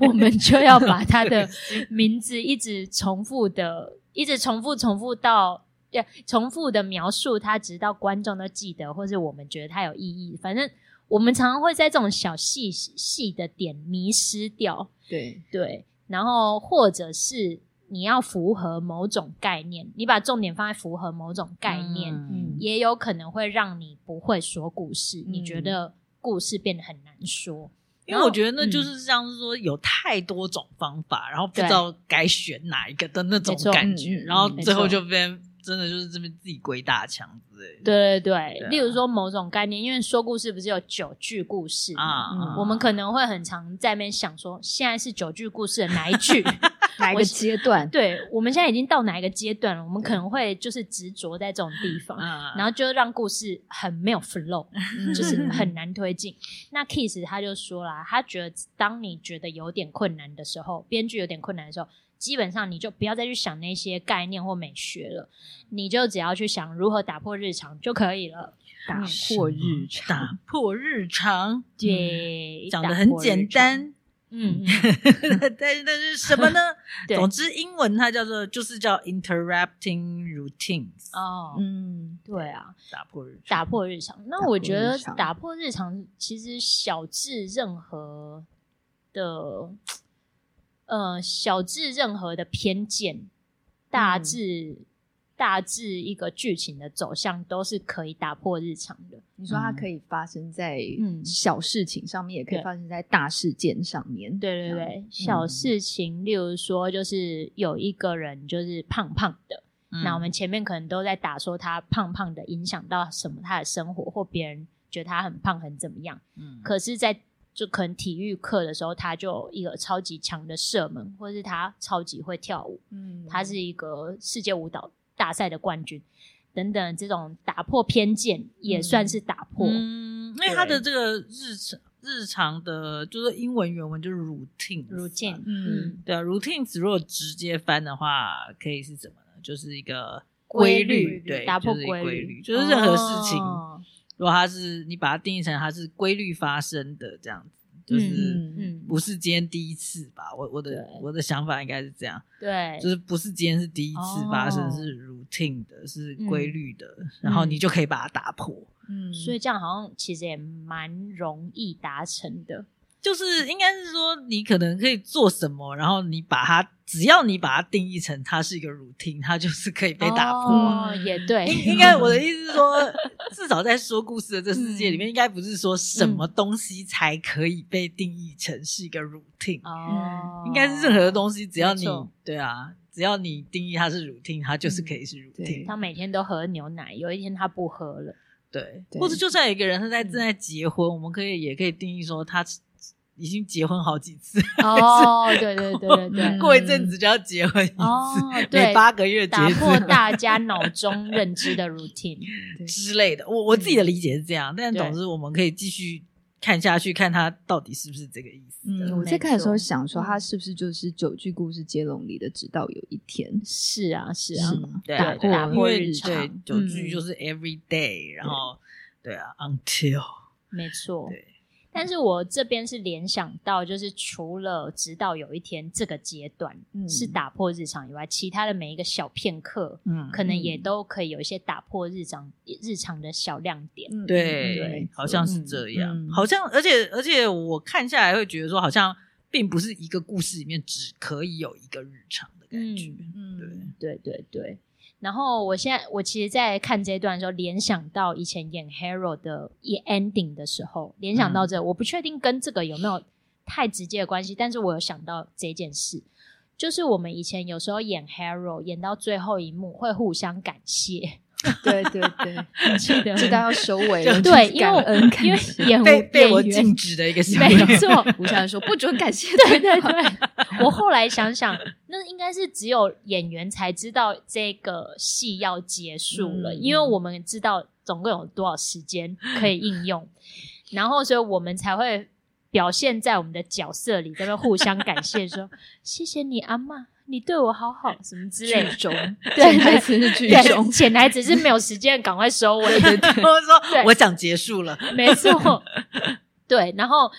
我们就要把他的名字一直重复的，一直重复重复到呃重复的描述它，直到观众都记得，或是我们觉得它有意义。反正我们常常会在这种小细细的点迷失掉，对，对，然后或者是你要符合某种概念，你把重点放在符合某种概念，嗯也有可能会让你不会说故事，你觉嗯得故事变得很难说。因为然后我觉得那就是像是说有太多种方法，然后不知道该选哪一个的那种没错感觉嗯嗯，嗯然后最后没错就边真的就是这边自己鬼打墙之类的。对对对，对啊例如说某种概念，因为说故事不是有九句故事吗？嗯啊，我们可能会很常在那边想说，现在是九句故事的哪一 句？哪一我个阶段？对我们现在已经到哪一个阶段了？我们可能会就是执着在这种地方，啊，然后就让故事很没有 flow，嗯 就是很难推进。那 Kiss 他就说啦，他觉得当你觉得有点困难的时候，编剧有点困难的时候，基本上你就不要再去想那些概念或美学了，你就只要去想如何打破日常就可以嗯了。打破日常。打破日常，嗯对，讲打的很破日简常， 单， 嗯，嗯但是但是什么呢？ 对总之英文它叫做就是叫 interrupting routines，哦，嗯，对啊，打破日常打破日常。那打我破觉日得常打破日常其实小至任何的，呃，小至任何的偏见，大嗯至、大致一个剧情的走向都是可以打破日常的。你说它可以发生在嗯小事情上面，也可以对发生在大事件上面。对对这样，对，嗯小事情，例如说，就是有一个人就是胖胖的，嗯那我们前面可能都在打说他胖胖的影响到什么他的生活，或别人觉得他很胖很怎么样。嗯可是在，就可能体育课的时候，他就有一个超级强的射门，或是他超级会跳舞，嗯他是一个世界舞蹈大赛的冠军等等，这种打破偏见也算是打破。嗯，因为它的这个日常日常的，就是英文原文就是 routine routine，嗯对啊，routines 如果直接翻的话，可以是什么呢？就是一个规律，对，打破就是一个规规律，就是任何事情，哦如果它是你把它定义成它是规律发生的这样子，就是嗯嗯，不是今天第一次吧？我我的对我的想法应该是这样，对，就是不是今天是第一次发生，哦嗯是 routine 的，是规律的，然后你就可以把它打破。嗯，所以这样好像其实也蛮容易达成的。就是应该是说，你可能可以做什么，然后你把它，只要你把它定义成它是一个 routine，它就是可以被打破。哦、也对， 应该我的意思是说，至少在说故事的这世界里面，应该不是说什么东西才可以被定义成是一个 routine，、哦，嗯应该是任何东西，只要没你错对啊，只要你定义它是 routine，它就是可以是 routine，、对他每天都喝牛奶，有一天他不喝 了，对，对或者就算有一个人他嗯在正在结婚，我们可以也可以定义说他已经结婚好几次。哦，对对对对对嗯，过 一阵子就要结婚一次，哦 对每八个 月结打一破次大家脑中认知的 routine， 之类的。我我自己嗯的理解是这样，但总之我们可以继续看下去，看他到底是不是这个意思。嗯，我没在看的时候错想说，嗯它是不是就是九句故事接龙里的，直到有一天，是啊是啊是，吗对打啊，破对啊因为日常对嗯九句就是 every day，然后对啊，until 没错对。但是我这边是联想到，就是除了直到有一天这个阶段嗯是打破日常以外，其他的每一个小片刻，嗯，可能也嗯都可以有一些打破日常日常的小亮点。嗯对，好像是这样，嗯嗯好像而且而且我看下来会觉得说，好像并不是一个故事里面只可以有一个日常的感觉。嗯嗯对对对对。然后我现在我其实，在看这一段的时候，联想到以前演 Hero 的演 ending 的时候，联想嗯到这，我不确定跟这个有没有太直接的关系，但是我有想到这件事，就是我们以前有时候演 Hero 演到最后一幕会互相感谢，对对对，记 得知道要收尾了，就对，就是因为感我恩感因为谢。演被被演我员禁止的一个行为，没错，吴先生说不准感 谢，对对对，我后来想想，那应该是只有演员才知道这个戏要结束了，嗯因为我们知道总共有多少时间可以应用，然后所以我们才会表现在我们的角色里，在那边互相感谢说谢谢你阿妈，你对我好好什么之类的剧。中，对潜台词是剧中对，，潜台词是没有时间，赶快收尾。我说对我想结束了，没错，对。然后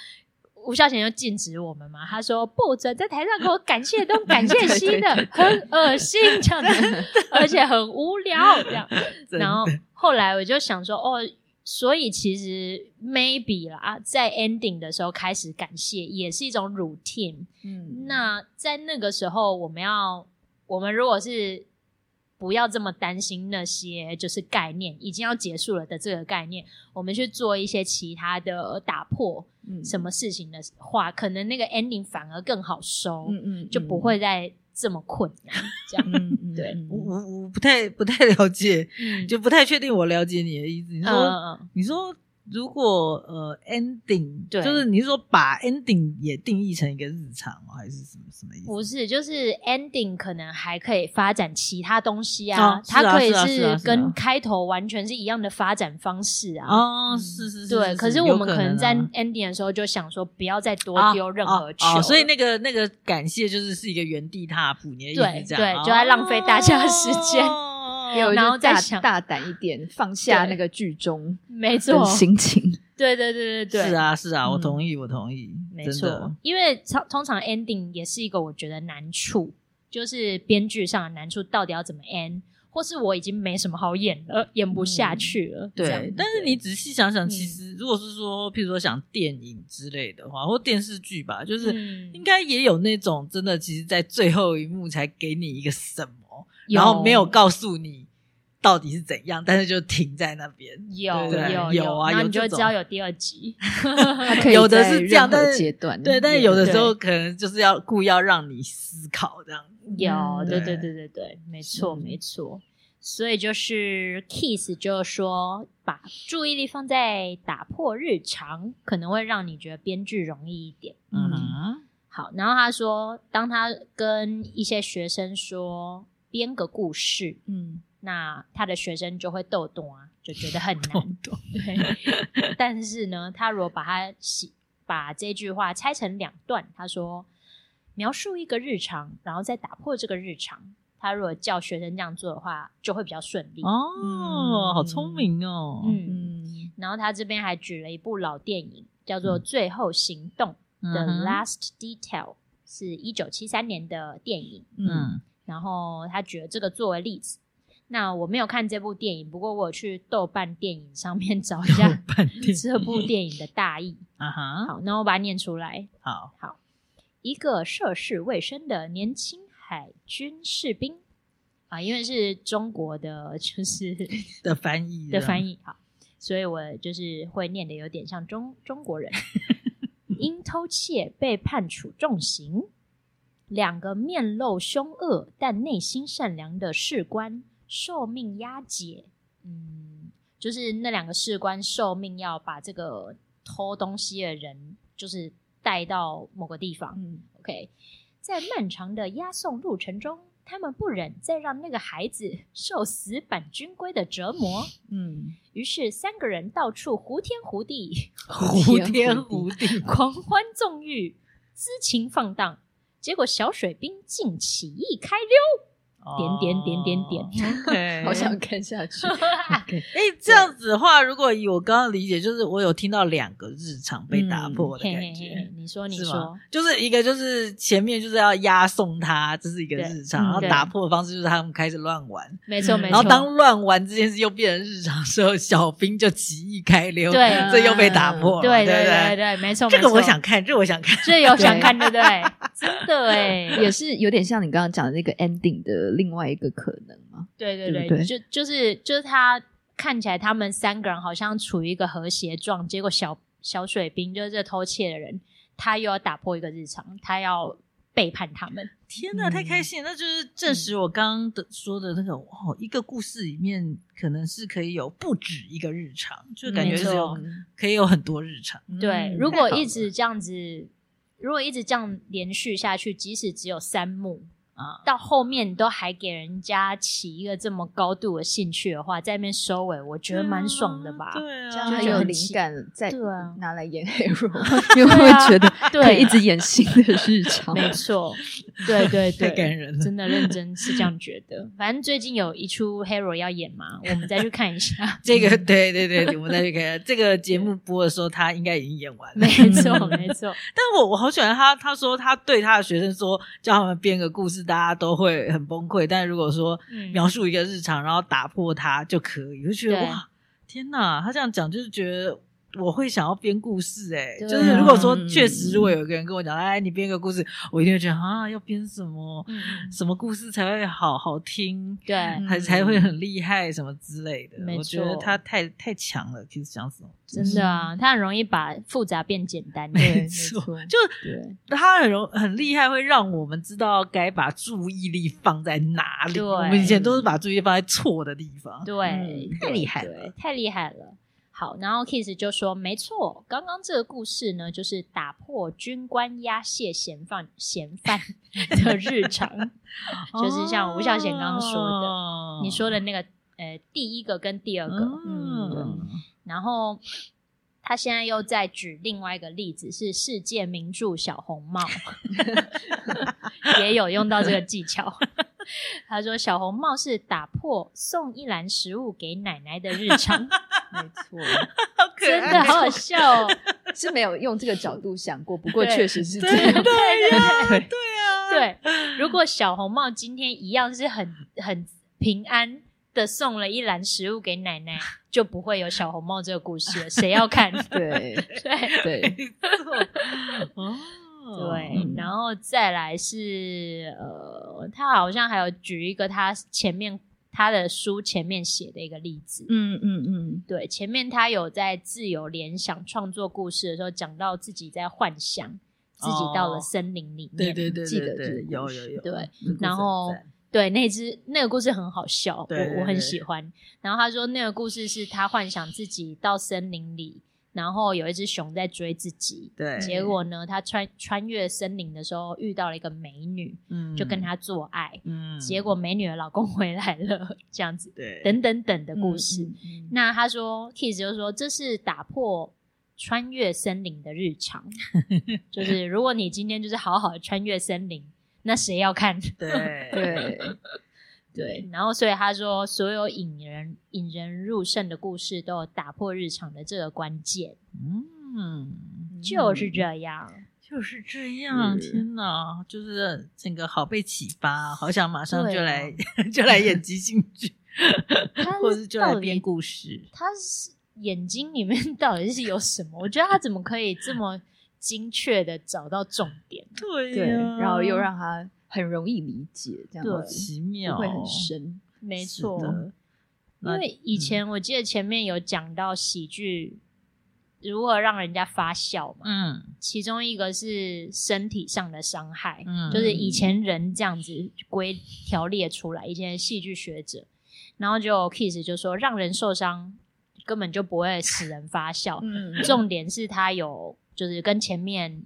吴孝贤就禁止我们嘛，他说不准在台上给我感谢东感谢西的，对对对很恶心这样子， 而且很无聊这样。真然后后来我就想说，哦，所以其实 maybe 啦，在 ending 的时候开始感谢也是一种 routine。嗯，那在那个时候，我们要我们如果是不要这么担心那些就是概念已经要结束了的这个概念，我们去做一些其他的打破嗯什么事情的话，可能那个 ending 反而更好收，嗯嗯，就不会再这么困难。这 样，嗯，嗯对嗯我我我不太不太了解，嗯就不太确定我了解你的意思。你嗯说、嗯嗯你说如果呃 ending，对就是你是说把 ending 也定义成一个日常吗？还是什么什么意思？不是，就是 ending 可能还可以发展其他东西啊，哦是啊它可以是啊是啊是啊跟开头完全是一样的发展方式啊。哦，是是是，对，是可是有我们可可能在啊 ending 的时候就想说，不要再多啊丢任哦何哦球了、所以那个那个感谢就是是一个原地踏步，你的意对思这样对就在浪费大家的时间哦也有然后就大再想大胆一点，放下对那个剧中没错的，心情。 对对对对 对，是，啊是啊，我嗯同意我同意，没真的错。，因为常通常 ending 也是一个我觉得难处，就是编剧上的难处，到底要怎么 end，或是我已经没什么好演了，演不下去了，这样嗯对，但是你仔细想想，嗯其实如果是说，譬如说想电影之类的话，或电视剧吧，就是嗯应该也有那种真的，其实，在最后一幕才给你一个什么，有然后没有告诉你到底是怎样，但是就停在那边。有对有有啊然后有你就这会种知道有第二集。它可以有的是在这样任何但是阶段对，但是也有的对时候可能就是要故意要让你思考这样子。有，嗯对对对对对对，没错嗯没错。所以就是 kiss 就是说，把注意力放在打破日常，可能会让你觉得编剧容易一点。嗯嗯哼，好，然后他说，当他跟一些学生说编个故事，嗯，那他的学生就会逗懂啊，就觉得很难。 懂懂。对，但是呢，他如果把它写把这句话拆成两段，他说描述一个日常，然后再打破这个日常。他如果叫学生这样做的话，就会比较顺利。哦，好聪明哦。嗯，嗯然后他这边还举了一部老电影，叫做《最后行动》嗯 （The 哼 Last Detail），是一九七三年的电影。嗯嗯然后他举了这个作为例子。那我没有看这部电影，不过我有去豆瓣电影上面 找一下半天这部电影的大意。啊哈，好，那我把它念出来。好，一个涉世未深的年轻海军士兵啊，因为是中国的，就是的翻译的翻译，译好，所以我就是会念的有点像中中国人。因偷窃被判处重刑，两个面露凶恶但内心善良的士官受命押解。嗯，就是那两个士官受命要把这个偷东西的人，就是带到某个地方。嗯 OK，在漫长的押送路程中，他们不忍再让那个孩子受死板军规的折磨，嗯，于是三个人到处胡天胡地， 蝴蝶天蝴蝴蝶，狂欢纵欲，私情放荡。结果小水兵竟起义开溜，点点点点哦点点好嗯想 看下去。哎，这样子的话，如果以我刚刚理解，就是我有听到两个日常被打破的嗯嘿感嘿觉。嘿，你说你是吗说，？就是一个，就是前面就是要押送他，这是一个对日常，嗯然后对打破的方式就是他们开始乱玩，没错嗯没然后错。当乱玩这件事又变成日常的时候，小兵就起义开溜，对嗯这又被打破了，对对对不对对，没错，这个没错我想，看，这个我想看，这有想看对不对？ 真 的哎，也是有点像你刚刚讲的那个 ending 的另外一个可能嘛，对对对对，不对就就是就是他看起来他们三个人好像处于一个和谐状，结果小小水兵就是这偷窃的人，他又要打破一个日常，他要背叛他们。天呐，太嗯开心了！那就是证实我刚刚的说的那种哦，一个故事里面可能是可以有不止一个日常，就感觉没是错有可以有很多日常。对，嗯如果太好一了直这样子，如果一直这样连续下去，即使只有三幕，啊，到后面你都还给人家起一个这么高度的兴趣的话，在那边收尾，我觉得蛮爽的吧？对这样啊，嗯就很很有有气灵感，再对啊拿来演 hero，因为会觉得对啊可以一直演新的日 常。没错，对对对，太感人了。真的认真是这样觉得。反正最近有一出《Hero》要演嘛，我们再去看一下 这嗯个对对对，我们再去 看这个节目播的时候，他应该已经演完了没。错，没错，但我我好喜欢他，他说他对他的学生说，叫他们编个故事，大家都会很崩溃。但如果说嗯描述一个日常，然后打破它就可以，我就觉得对哇，天哪！他这样讲就是觉得。我会想要编故事、欸，对啊就是如果说确嗯实，如果有一个人跟我讲，哎，你编个故事，我一定会觉得啊，要编什么，嗯嗯什么故事才会好好听，对，还才会很厉害，什么之类的。没我觉得错他太太强了，其实讲什么，真的啊，他很容易把复杂变简单。对，对没错错，就对他很容很厉害，会让我们知道该把注意力放在哪里。对我们以前都是把注意力放在错的地方。对嗯，太厉害对了。太厉害了。好，然后 Kiss 就说：“没错，刚刚这个故事呢，就是打破军官押解嫌犯嫌 犯的日常，就是像吴孝贤刚刚说的，的你说的那个呃第一个跟第二个，哦嗯，对嗯，然后他现在又在举另外一个例子，是世界名著小红帽， 也有用到这个技巧。 他说小红帽是打破送一篮食物给奶奶的日 常，没错，好可真的爱， 好好笑哦。是没有用这个角度想过，不过对确实是这对样。对呀，对对啊， 对， 如果小红帽今天一样是很很平安的送了一篮食物给奶奶，就不会有小红帽这个故事了。谁要看？ 对对。 对，没错，哦，嗯对，然后再来是呃，他好像还有举一个他前面他的书前面写的一个例子。嗯嗯嗯，对，前面他有在自由联想创作故事的时候，讲到自己在幻想自己到了哦森林里面。对对对记得对这个对，故有事有有，对这故事然后很赞对那只那个故事很好笑，对对我我很对喜欢。然后他说那个故事是他幻想自己到森林里，然后有一只熊在追自己。对，结果呢，他穿穿越森林的时候遇到了一个美女，嗯就跟，他做爱，嗯结果美女的老公 回来了，这样子对，等等等的故事。嗯，嗯那他说，Kiss 就说这是打破穿越森林的日 常，就是如果你今天就是好好的穿越森林，那谁要看？ 对对，对， 然后所以他说，所有引人引人入胜的故事都有打破日常的这个关键，嗯，就是这样。就是这样，是天哪，就是整个好被启发，好想马上对就啊来就来演即兴剧，他 或者是就来到底编故事。他是眼睛里面到底是有什么？ 我觉得他怎么可以这么精确的找到重点？对对，呀然后啊又让他很容易理解，这好样子奇妙，哦不会哦很深。没是错，的因那嗯为以前我记得前面有讲到喜剧如何让人家发笑嘛，嗯其中一个是身体上的伤害，嗯就是以前人这样子规条列出来，以前的戏剧学者，然后就 Kiss 就说让人受伤根本就不会使人发笑，嗯重点是它有，就是跟前面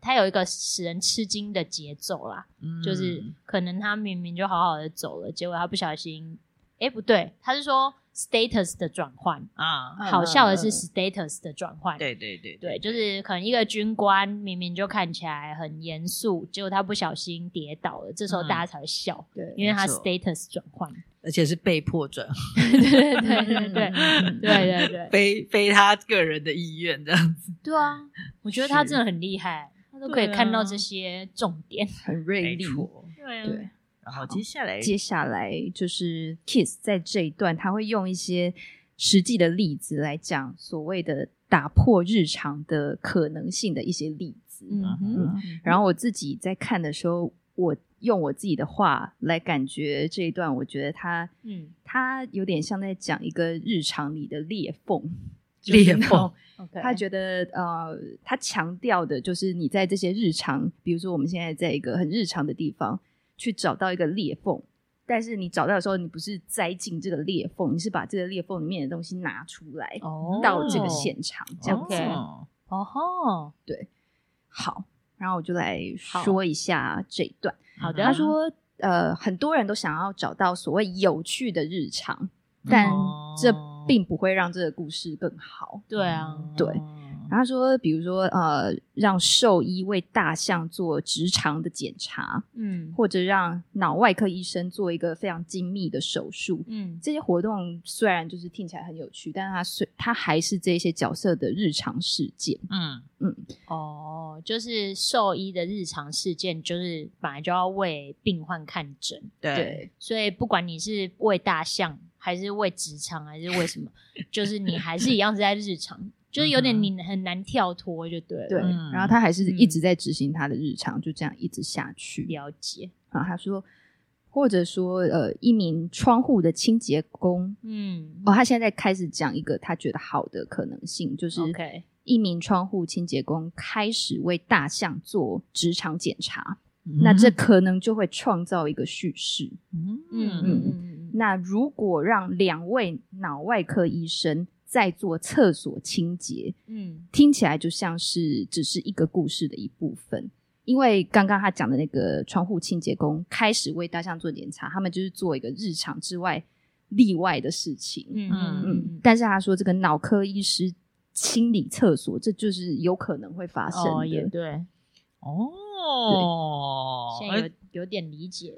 它有一个使人吃惊的节奏啦，嗯就是可能他明明就好好的走了，结果他不小心，哎、不对，他是说 status 的转换，啊，嗯好笑的是嗯 status 的转换，对对对对，就是可能一个军官明明就看起来很严肃，结果他不小心跌倒了，这时候嗯大家才会笑，对因为他没错 status 转换，而且是被迫 转，对对对对对对嗯对对对非非他个人的意愿这样子，对啊，我觉得他是真的很厉害，他都可以对啊看到这些重点，很锐利。错。 对啊对，然后接下来接下来就是 Kiss 在这一段，他会用一些实际的例子来讲所谓的打破日常的可能性的一些例子。嗯哼，然后我自己在看的时候，我用我自己的话来感觉这一段，我觉得他嗯他有点像在讲一个日常里的裂缝。裂缝， ，OK，他觉得呃，他强调的就是你在这些日常，比如说我们现在在一个很日常的地方去找到一个裂缝，但是你找到的时候，你不是栽进这个裂缝，你是把这个裂缝里面的东西拿出来、哦到这个现场，这样子。 OK 哦哦吼，好，然后我就来好嗯说一下这一段。好嗯的，他说，呃，很多人都想要找到所谓有趣的日常，但这并不会让这个故事更好。哦对啊，哦对然后他说，比如说，呃，让兽医为大象做直肠的检查，嗯或者让脑外科医生做一个非常精密的手术。嗯，这些活动虽然就是听起来很有趣，但是它虽它还是这些角色的日常事件。嗯，哦，就是兽医的日常事件，就是本来就要为病患看诊，对，所以不管你是为大象，还是为直肠，还是为什么，就是你还是一样是在日常，就是有点你很难跳脱，就对了。嗯对，嗯然后他还是一直在执行他的日常，就这样一直下去。了解，然后他说，或者说，呃，一名窗户的清洁工。嗯哦，他现在开始讲一个他觉得好的可能性，就是，OK，一名窗户清洁工开始为大象做职场检查，嗯那这可能就会创造一个叙事。嗯嗯嗯嗯嗯嗯，那如果让两位脑外科医生在做厕所清洁，嗯听起来就像是只是一个故事的一部分。因为刚刚他讲的那个窗户清洁工开始为大象做检查，他们就是做一个日常之外例外的事情。嗯嗯嗯嗯，但是他说这个脑科医师清理厕所，这就是有可能会发生的。哦，也对，哦，现哎在有有点理解，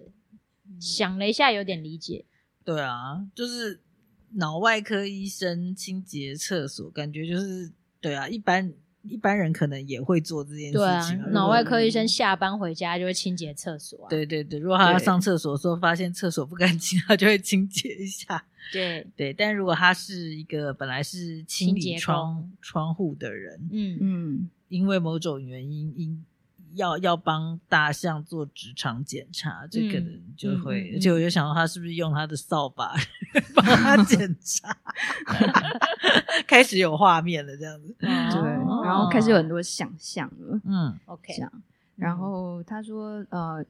想了一下，有点理解，对啊，就是脑外科医生清洁厕所，感觉就是对啊，一般一般人可能也会做这件事对啊情。如果，脑外科医生下班回家就会清洁厕所啊，对对对，如果他要对上厕所的时候发现厕所不干净， 他就会清洁一下。对，对，但如果他是一个本来是清清理洁窗工窗户的人，嗯嗯，因为某种原因因要要帮大象做直肠检查，这可能就嗯会，嗯嗯而且我就想到他是不是用他的扫把 帮 他检查， 开始有画面了这样子，对，哦然后开始有很多想象了。嗯，OK，这样然后他说，呃，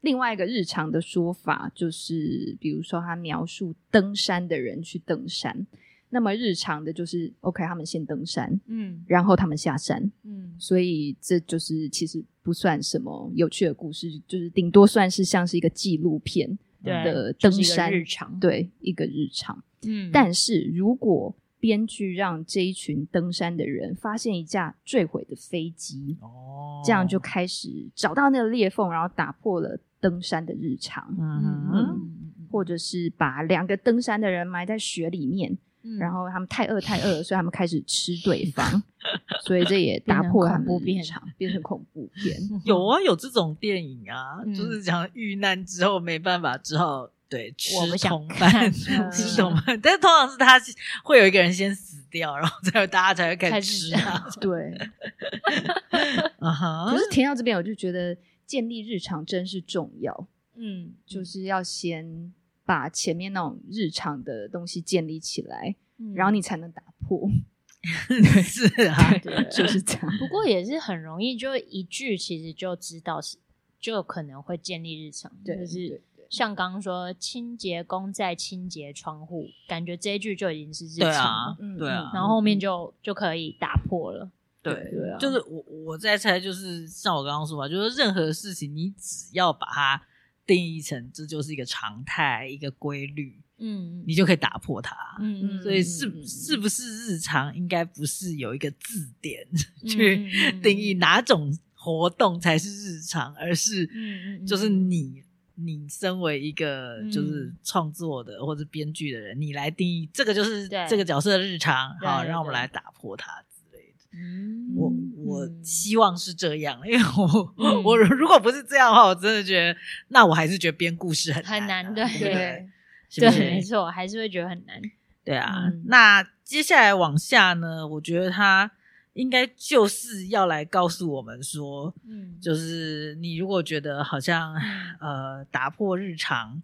另外一个日常的说法就是，比如说他描述登山的人去登山，那么日常的就是，OK，他们先登山，嗯然后他们下山，嗯所以这就是其实不算什么有趣的故事，就是顶多算是像是一个纪录片对的就登是一个山日常对，一个日常。嗯，但是如果编剧让这一群登山的人发现一架坠毁的飞机，哦这样就开始找到那个裂缝，然后打破了登山的日常，嗯或者是把两个登山的人埋在雪里面，嗯然后他们太饿太饿了，所以他们开始吃对 方，所以这也打破了他们的日常，变成恐怖片。有啊，有这种电影啊，嗯就是讲遇难之后没办法，只好对吃我不想同伴， 看嗯吃同伴，但通常是他会有一个人先死掉，然后再有大家才会开开始始吃 啊， 对，啊哈可，是填到这边我就觉得建立日常真是重要，嗯，就是要先把前面那种日常的东西建立起来，嗯嗯然后你才能打 破，是啊，就是这样。不过也是很容易，就一句其实就知道是，就有可能会建立日常，对就是对对像刚刚说清洁工在清洁窗户，感觉这一句就已经是日对常啊了，，嗯对啊，然后后面就就可以打破了，对对啊就是我我在猜，就是像我刚刚说嘛，就是任何事情你只要把它定义成这就是一个常态、一个规律，嗯你就可以打破它。嗯嗯所以是嗯嗯嗯是不是日常，应该不是有一个字典嗯去嗯嗯 定义哪种活动才是日常，而是嗯嗯嗯就是你你身为一个嗯就是创作的或者编剧的人，你来定义这个就是对这个角色的日常，对好，对让我们对来打破它之类的。嗯我嗯我嗯希望是这样，因为我、嗯 我如果不是这样的话，我真的觉得，那我还是觉得编故事很很难、啊，难对不对对，是不对，没是？错，还是会觉得很难。对啊。嗯那接下来往下呢，我觉得他应该就是要来告诉我们说，嗯，就是你如果觉得好像嗯呃打破日常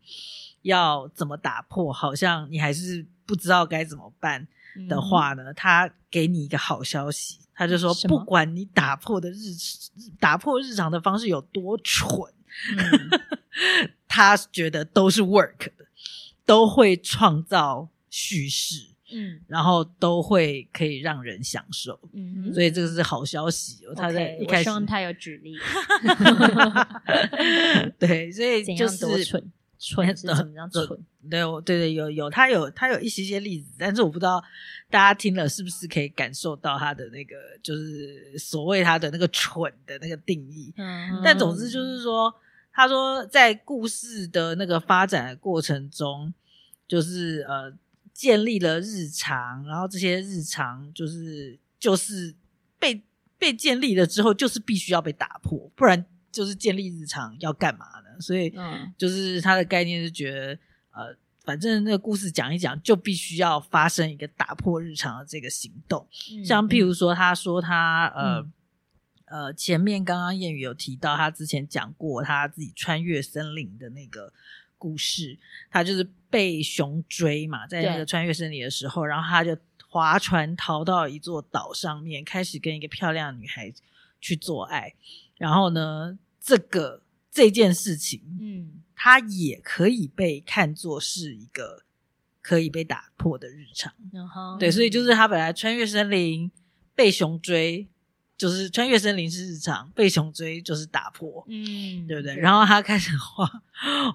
要怎么打破，好像你还是不知道该怎么办，嗯 的话呢，他给你一个好消息，他就说，什么不管你打破的日打破日常的方式有多蠢，他觉得都是 work 的，都会创造叙事。嗯，嗯然后都会可以让人享受，嗯所以以这个是好消息哦。他在一开我始希，望他有举例， 对，所以怎就样是多蠢，蠢是怎么样蠢？对，我对对有有，他有他有一些些例子，但是我不知道大家听了是不是可以感受到他的那个，就是所谓他的那个蠢的那个定义。嗯 但总之就是说，他说在故事的那个发展的过程中，就是呃建立了日常，然后这些日常就是就是被被建立了之后，就是必须要被打破，不然就是建立日常要干嘛呢？所以嗯就是他的概念是觉得呃。反正那个故事讲一讲，就必须要发生一个打破日常的这个行动。嗯像譬如说，他说他呃、呃，前面刚刚谚语有提到，他之前讲过他自己穿越森林的那个故事，他就是被熊追嘛，在那对个穿越森林的时候，然后他就划船逃到一座岛上面，开始跟一个漂亮的女孩去做爱，然后呢，这个这件事情，嗯它也可以被看作是一个可以被打破的日常。嗯，然后对，所以就是他本来穿越森林被熊追，就是穿越森林是日常，被熊追就是打破，嗯，对不对？然后他开始滑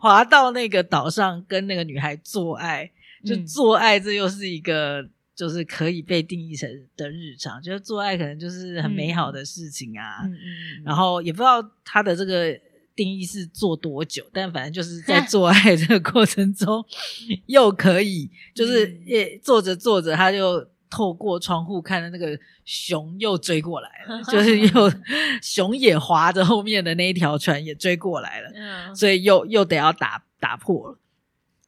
滑到那个岛上，跟那个女孩做爱，就嗯做爱，这又是一个。就是可以被定义成的日常，就是做爱可能就是很美好的事情啊，嗯嗯，然后后也不知道他的这个定义是做多久，但反正就是在做爱这个过程中，又可以就是嗯也做着做着，他就透过窗户看到那个熊又追过来了，就是又 熊也划着后面的那一条船也追过来了，嗯，所以又又得要打打破了。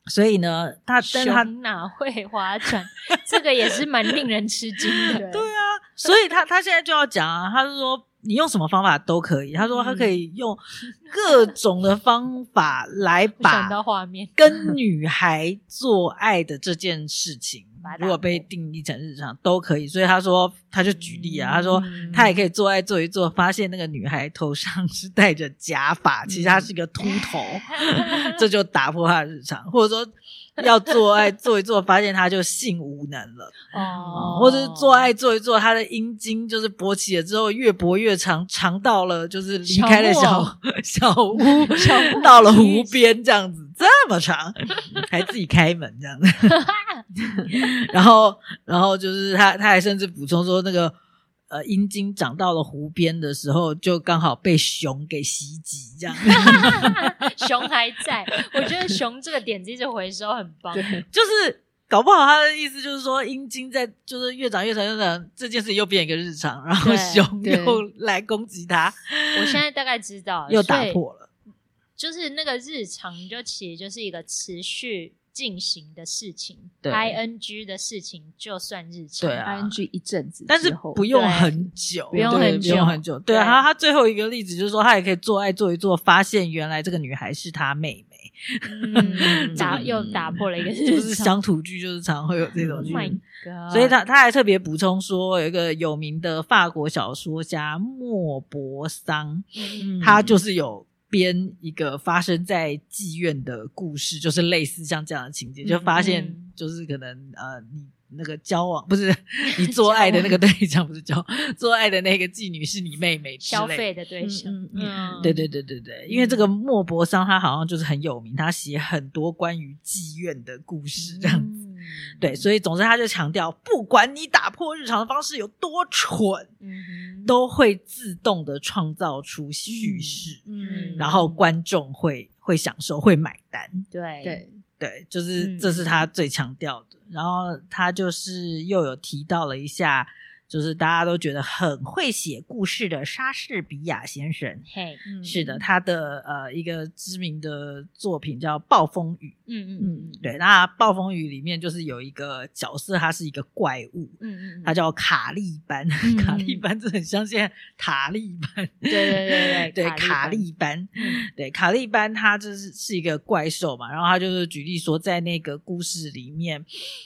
所以呢，他但他熊哪会划 船？这个也是蛮令人吃惊嗯的。对啊，所以他他现在就要讲啊，他是说你用什么方法都可以，他说他可以用各种的方法来我想到把画面，跟女孩做爱的这件事情 把它，打如果被定义成日常都可以。所以他说，他就举例啊，他说嗯他也可以做爱做一做，发现那个女孩头上是戴着假发，其实她是个秃 头，这就打破他的日常，或者说。要做爱做一做，发现他就性无能了，哦，嗯或者是做 爱做一做，他的阴茎就是勃起了之后越勃越长，长到了就是离开了小 小屋，到了湖边这样子，这么长，还自己开门这样子。然后，然后就是他他还甚至补充说，那个呃阴茎长到了湖边的时候，就刚好被熊给袭击这样。 熊还在，我觉得熊这个点子一直回收很啊棒。对，就是搞不好他的意思就是说，阴茎在就是越长越长越长，这件事又变一个日常，然后对熊对又来攻击他，我现在大概知道，又打所以破了。就是那个日常，就其实就是一个持续进行的事情对，ing 的事情就算日常。对啊 ing 一阵子之后，但是不用对很久，不用对很久不用很久。对啊，对然后他最后一个例子就是说，他也可以做爱做一做，发现原来这个女孩是他妹妹，嗯，打又打破了一个嗯就日是常。乡土剧就是常会有这种 Oh 剧。 my god！所以他他还特别补充说，有一个有名的法国小说家莫泊桑，嗯，他就是有编一个发生在妓院的故事，就是类似像这样的情节，就发现嗯就是可能呃，你那个交往 不是你做爱的那个对象不是交做爱的那个妓女是你妹妹之消类费的。的对象，嗯嗯嗯，对对对对对，因为这个莫泊桑他好像就是很有名，他写很多关于妓院的故事这样 子。嗯对，所以总之他就强调，不管你打破日常的方式有多蠢，嗯哼都会自动的创造出叙事。嗯然后观众会会享受，会买单。对对，对，就是、嗯这是他最强调的。然后他就是又有提到了一下，就是大家都觉得很会写故事的莎士比亚先生。嘿，嗯是的，他的呃一个知名的作品叫《暴风雨嗯嗯嗯》。对，那《暴风雨》里面就是有一个角色，他是一个怪物，嗯嗯，他叫卡利班。嗯 卡利班这很像现在塔利班。对对对 对对卡利利班，嗯对卡利班，他就是是一个怪兽嘛，然后他就是举例说，在那个故事里面，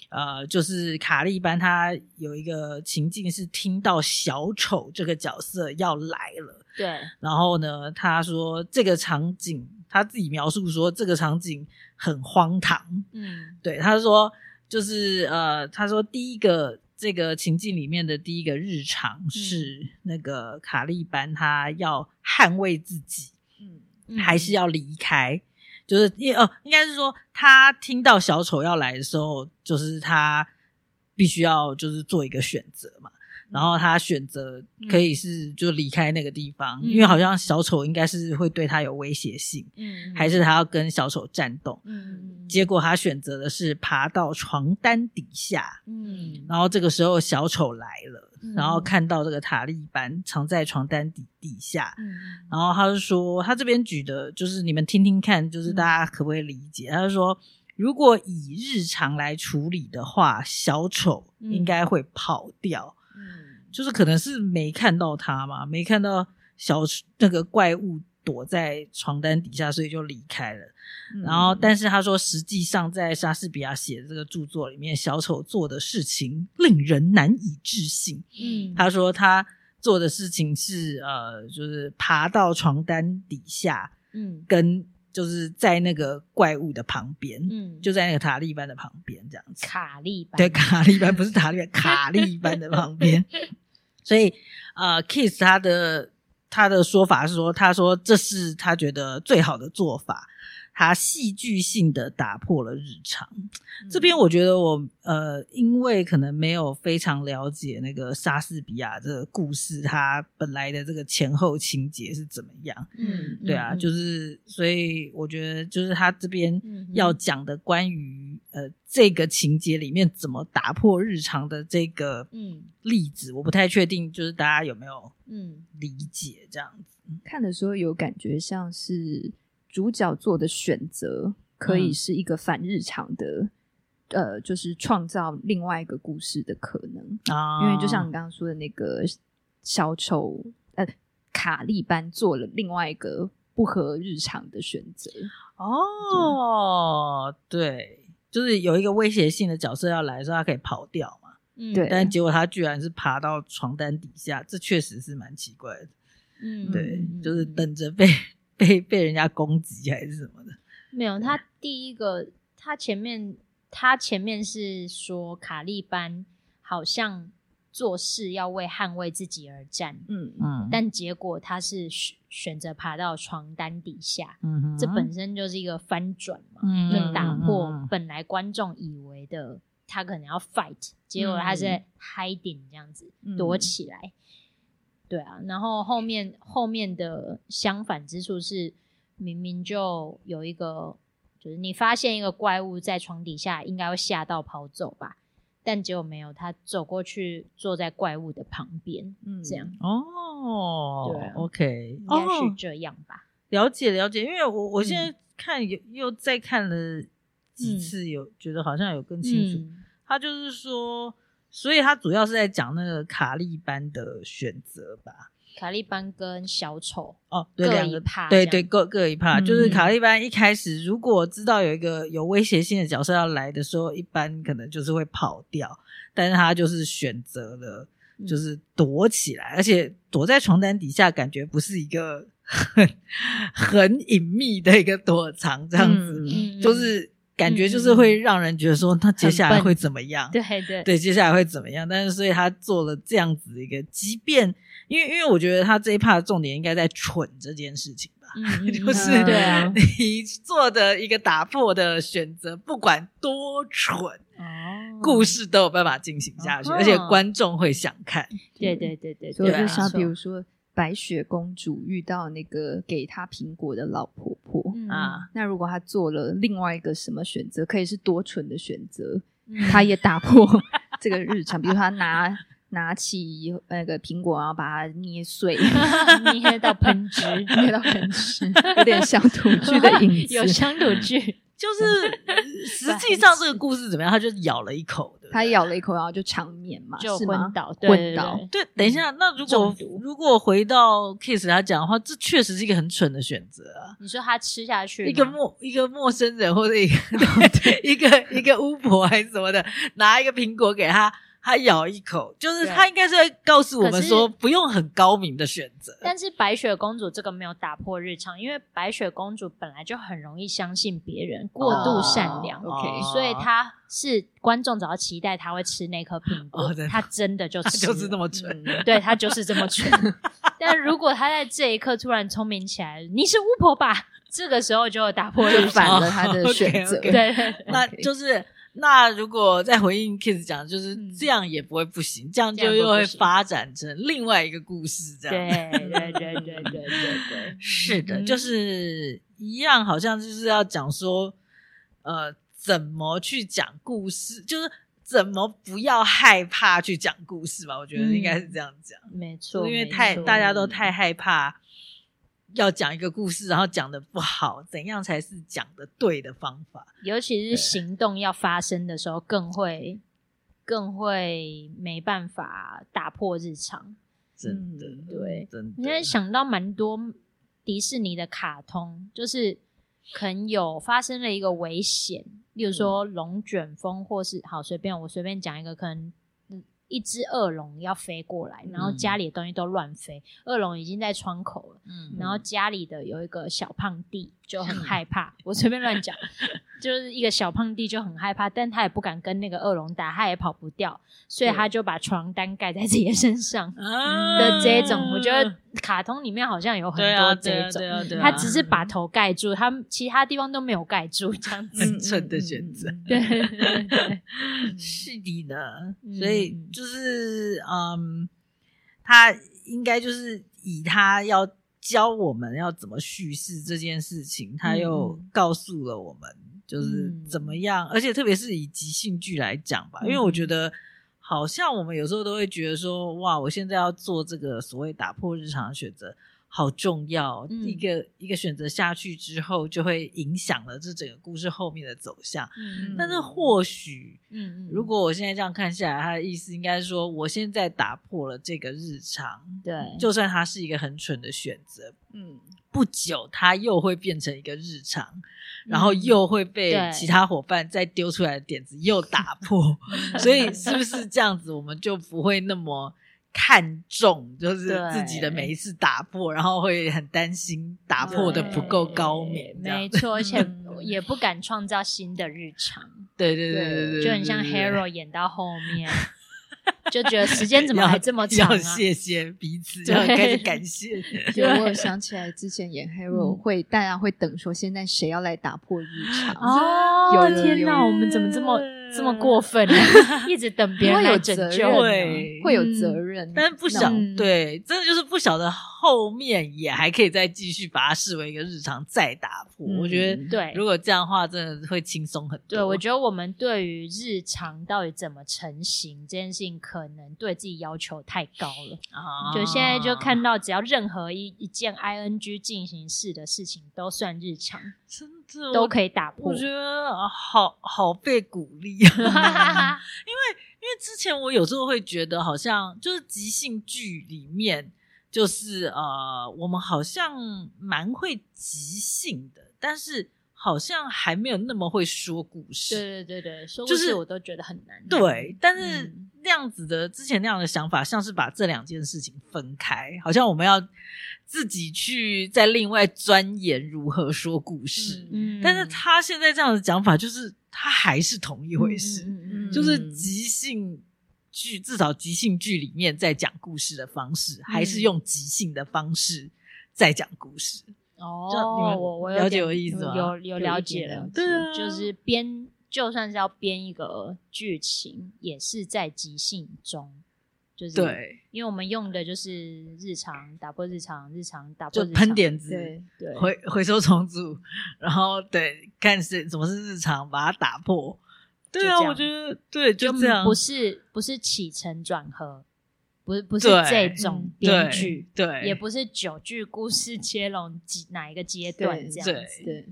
呃，就是卡利班他有一个情境是听到小丑这个角色要来了，对，然后呢，他说这个场景他自己描述说这个场景很荒唐，嗯对，他说就是呃，他说第一个这个情境里面的第一个日常是那个卡利班他要捍卫自己，嗯还是要离开。就是因哦、应该是说他听到小丑要来的时候，就是他必须要就是做一个选择嘛。然后他选择可以是就离开那个地方，嗯因为好像小丑应该是会对他有威胁性，嗯还是他要跟小丑战斗。嗯结果他选择的是爬到床单底下，嗯然后这个时候小丑来了，嗯然后看到这个塔利班藏在床单底底下，嗯然后他就说，他这边举的就是你们听听看，就是大家可不可以理解？他就说，如果以日常来处理的话，小丑应该会跑掉，嗯就是可能是没看到他嘛，没看到小那个怪物躲在床单底下，所以就离开了。嗯然后，但是他说，实际上在莎士比亚写的这个著作里面，小丑做的事情令人难以置信。嗯他说他做的事情是呃，就是爬到床单底下，嗯跟就是在那个怪物的旁边，嗯就在那个塔利班的旁边这样子。卡利吧，对，卡利班不是塔利班，卡利班的旁边。所以呃，Kiss 他的他的说法是说，他说这是他觉得最好的做法。他戏剧性的打破了日常，这边我觉得我呃，因为可能没有非常了解那个莎士比亚这个故事，它本来的这个前后情节是怎么样，嗯对啊，就是所以我觉得就是他这边嗯要讲的关于呃这个情节里面怎么打破日常的这个嗯例子，我不太确定，就是大家有没有嗯理解这样子。嗯看的时候有感觉像是主角做的选择可以嗯是一个反日常的，呃，就是创造另外一个故事的可能。啊因为就嗯像你刚刚说的那个小丑，呃，卡利班做了另外一个不合日常的选择。哦，对，就是有一个威胁性的角色要来的时候，他可以跑掉嘛，嗯对但结果他居然是爬到床单底下，这确实是蛮奇怪的。嗯对，嗯就是嗯等着被 被被人家攻击还是什么的。没有，他啊第一个，他前面他前面是说卡利班好像做事要为捍卫自己而战，嗯嗯但结果他是选选择爬到床单底下，嗯哼这本身就是一个翻转嘛，嗯就打破嗯本来观众以为的他可能要 fight，结果他是嗯在 hiding 这样子、嗯躲起来。对啊，然后后面后面的相反之处是，明明就有一个，就是你发现一个怪物在床底下，应该会吓到跑走吧，但结果没有，他走过去坐在怪物的旁边，嗯这样哦对啊，OK，应该是嗯哦，这样吧？了解了解，因为我我现在看有又再看了几次，有觉得好像有更清楚。嗯他就是说，所以他主要是在讲那个卡利班的选择吧。卡利班跟小丑哦，对，各两一个趴对这对样各各一趴，就是嗯卡利班一开始如果知道有一个有威胁性的角色要来的时候，一般可能就是会跑掉，但是他就是选择了嗯就是躲起来，而且躲在床单底下，感觉不是一个很 很隐秘的一个躲藏，这样子，嗯嗯嗯就是感觉就是会让人觉得说，那接下来很笨会怎么样？ 对对对，接下来会怎么样？但是所以他做了这样子的一个，即便因为因为我觉得他这一趴的重点应该在蠢这件事情吧， 嗯 嗯就嗯是嗯对啊，你做的一个打破的选择，不管多蠢，哦故事都有办法进行下去，哦而且观众会想看。对对对对，所以对就啊像没错比如说白雪公主遇到那个给她苹果的老婆婆，嗯啊，那如果她做了另外一个什么选择，可以是多蠢的选择，嗯她也打破 这个日常，比如她拿。拿起那个苹果，然后把它捏 碎，捏到喷汁，捏到很湿，有点像土剧的影子。 有乡土 剧，就 是实际上这个故事怎么样，他就咬了一口的。她咬了一口，然后就长眠嘛，就是吗昏倒，对昏倒。，对，等一下，那如果嗯中毒如果回到 Kiss 他讲的话，这确实是一个很蠢的选择啊。你说他吃下去吗，哦一个陌一个陌 生 人或者一个一个一个巫婆还是什么的，拿一个苹果给他，他咬一口，就是对他应该是在告诉我可们是说，不用很高明的选择。但是白雪公主这个没有打破日常，因为白雪公主本来就很容易相信别人，过度善良。哦 OK 所以她是观众只要期待她会吃那颗苹果哦真的，她、真的就他吃了，就是那么蠢。嗯对她 就是这么蠢。 但如果她在这一刻突然聪明起来，你是巫婆吧？这个时候就有打破日就常。反了他的选择。 OK，OK 对对对那 OK 就是那如果再回应 Kiss 讲，就是嗯这样也不会不行，这样这样就不又会会不行发展成另外一个故事，这样。对对对对对对是的，嗯就是一样，好像就是要讲说，呃，怎么去讲故事，就是怎么不要害怕去讲故事吧。我觉得应该是这样讲，没错，就是因为嗯没太错大家都太害怕要讲一个故事，然后讲的不好，怎样才是讲的对的方法？尤其是行动要发生的时候，更会更会没办法打破日常。真的，嗯对真的。你在想到蛮多迪士尼的卡通，就是可能有发生了一个危险，例如说龙卷风，或是好随便我随便讲一个，可能嗯一只恶龙要飞过来，然后嗯家里的东西都乱飞，恶龙已经在窗口了。嗯然后家里的有一个小胖弟就 很害怕，我随便乱讲， 就是一个小胖弟就很害怕，但他也不敢跟那个恶龙打，他也跑不掉，所以他就把床单盖在自己的身 上啊的这一种，我觉得卡通里面好像有很嗯对啊，多对这啊，种对，啊，对啊，他只是把头盖住，他其他地方都没有盖住这样 嗯子。很蠢的选择对对对嗯对是的呢，嗯所以就是嗯，他应该就是以他要教我们要怎么叙事这件事情，他嗯又告诉了我们就是怎么样，而且特别是以即兴剧来讲吧，因为我嗯觉得。好像我们有时候都会觉得说，哇，我现在要做这个所谓打破日常的选择，好重要。嗯一个一个选择下去之后，就会影响了这整个故事后面的走向。嗯但是或许嗯嗯，如果我现在这样看下来，他的意思应该是说，我现在打破了这个日常，对就算它是一个很蠢的选择，嗯，不久它又会变成一个日常，然后又会被嗯对其他伙伴再丢出来的点子又 打破，所 以是不是这样子，我们就不会那么看重，就是对自己的每一次打破，然后会很担心打破的不够高明，这样没错，而 且嗯也不敢创造新的日常。对对对对对，就很像对对 Hero 演到后面，就觉得时间怎么还这么长要啊要？谢谢彼此，对要开始感谢。 就我有想起来之前演 Hero 会，大家会等说现在谁要来打破日常，哦有有天有哪，我们怎么这么这么过分呢？啊一直等别人会有来拯责救任我对们，啊，会有责任，但不那晓种嗯对，真的就是不晓得后面也还可以再继续把它视为一个日常再打破。嗯我觉得对如果这样的话，真的会轻松很多。对，我觉得我们对于日常到底怎么成型这件事情，可能对自己要求太高了。啊就现在就看到，只要任何一一件 ing 进行式的事情都算日常，真的都可以打我。破我。觉得啊好好被鼓 励、啊，因为之前我有时候会觉得，好像就是即兴剧里面，就是呃，我们好像蛮会即兴的，但是好像还没有那么会说故事。对对对对，说故就是事我都觉得很难。对，但是嗯那样子的、之前那样的想法，像是把这两件事情分开，好像我们要自己去再另外钻研如何说故事。嗯，但是他现在这样的讲法，就是他还是同一回事。嗯嗯嗯嗯就是嗯即兴剧，至少即兴剧里面在讲故事的方式，还嗯是用即兴的方式在讲故事。这样你哦，们我我了有解点我意思吗有有有了一解点了了解，对啊就是编，就算是要编一个剧情，也是在即兴中，就是，对，因为我们用的就是日常打破日常，日常打破就日喷常，点子，对对，回回收重组，然后对，看是什么是日常，把它打破。对就这啊，样我觉得对，就就这样，不是不是起承转合，不是不是对这种编剧，对，对也不是九句故事 接龙几哪一个阶段对这样对子，对，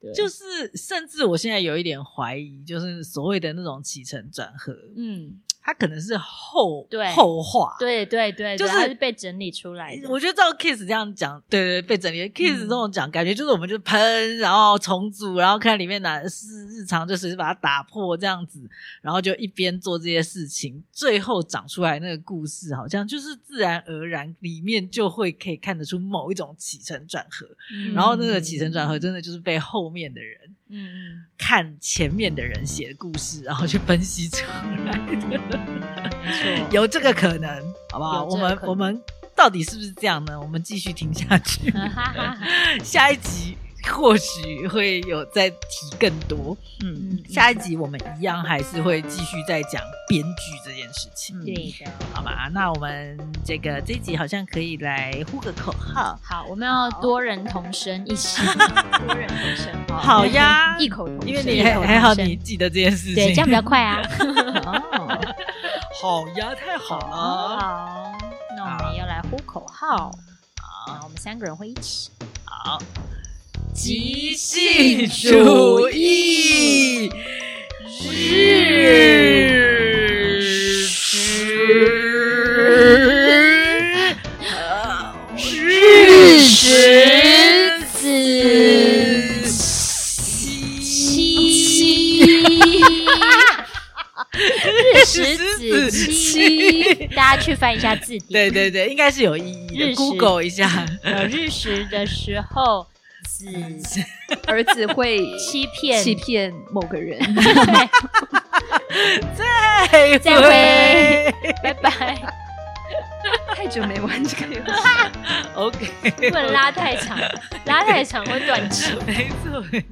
对就是，甚至我现在有一点怀疑，就是所谓的那种起承转合，嗯，它可能是后对后话。对对对，对就是它是被整理出来的。我觉得照 Kiss 这样讲，对对对，被整理 Kiss 嗯这种讲，感觉就是我们就喷，然后重组，然后看里面哪是日常，就随时把它打破这样子，然后就一边做这些事情，最后长出来那个故事，好像就是自然而然里面就会可以看得出某一种起承转合，嗯然后那个起承转合真的就是被后面的人嗯看前面的人写的故事，然后去分析出来的。嗯，没 错。 有这个可能，好不好？有这我个们可能我们到底是不是这样呢？我们继续听下 去，哈哈哈，下一集或许会有再提更多。嗯，嗯下一集我们一样还是会继续再讲编剧这件事情，对，的。好吧？那我们这个这一集好像可以来呼个口号，好，我们要多人同声一 起，多人同声。好呀异口同声，因为你异口还同声还好你记得这件事情，对，这样比较快 啊。哦，好呀，太好哦了。好，那我们要来呼口号。好，我们三个人会一起。即兴主义日食日食子七七，日食子七期，大家去翻一下字典。对对对，应该是有意义的日食，Google 一下。有日食的时候，子儿子会 欺骗欺骗某个人。再再会，拜拜。 太久没玩这个游戏， ，OK，不能拉太长，拉太长会断气。没错没错。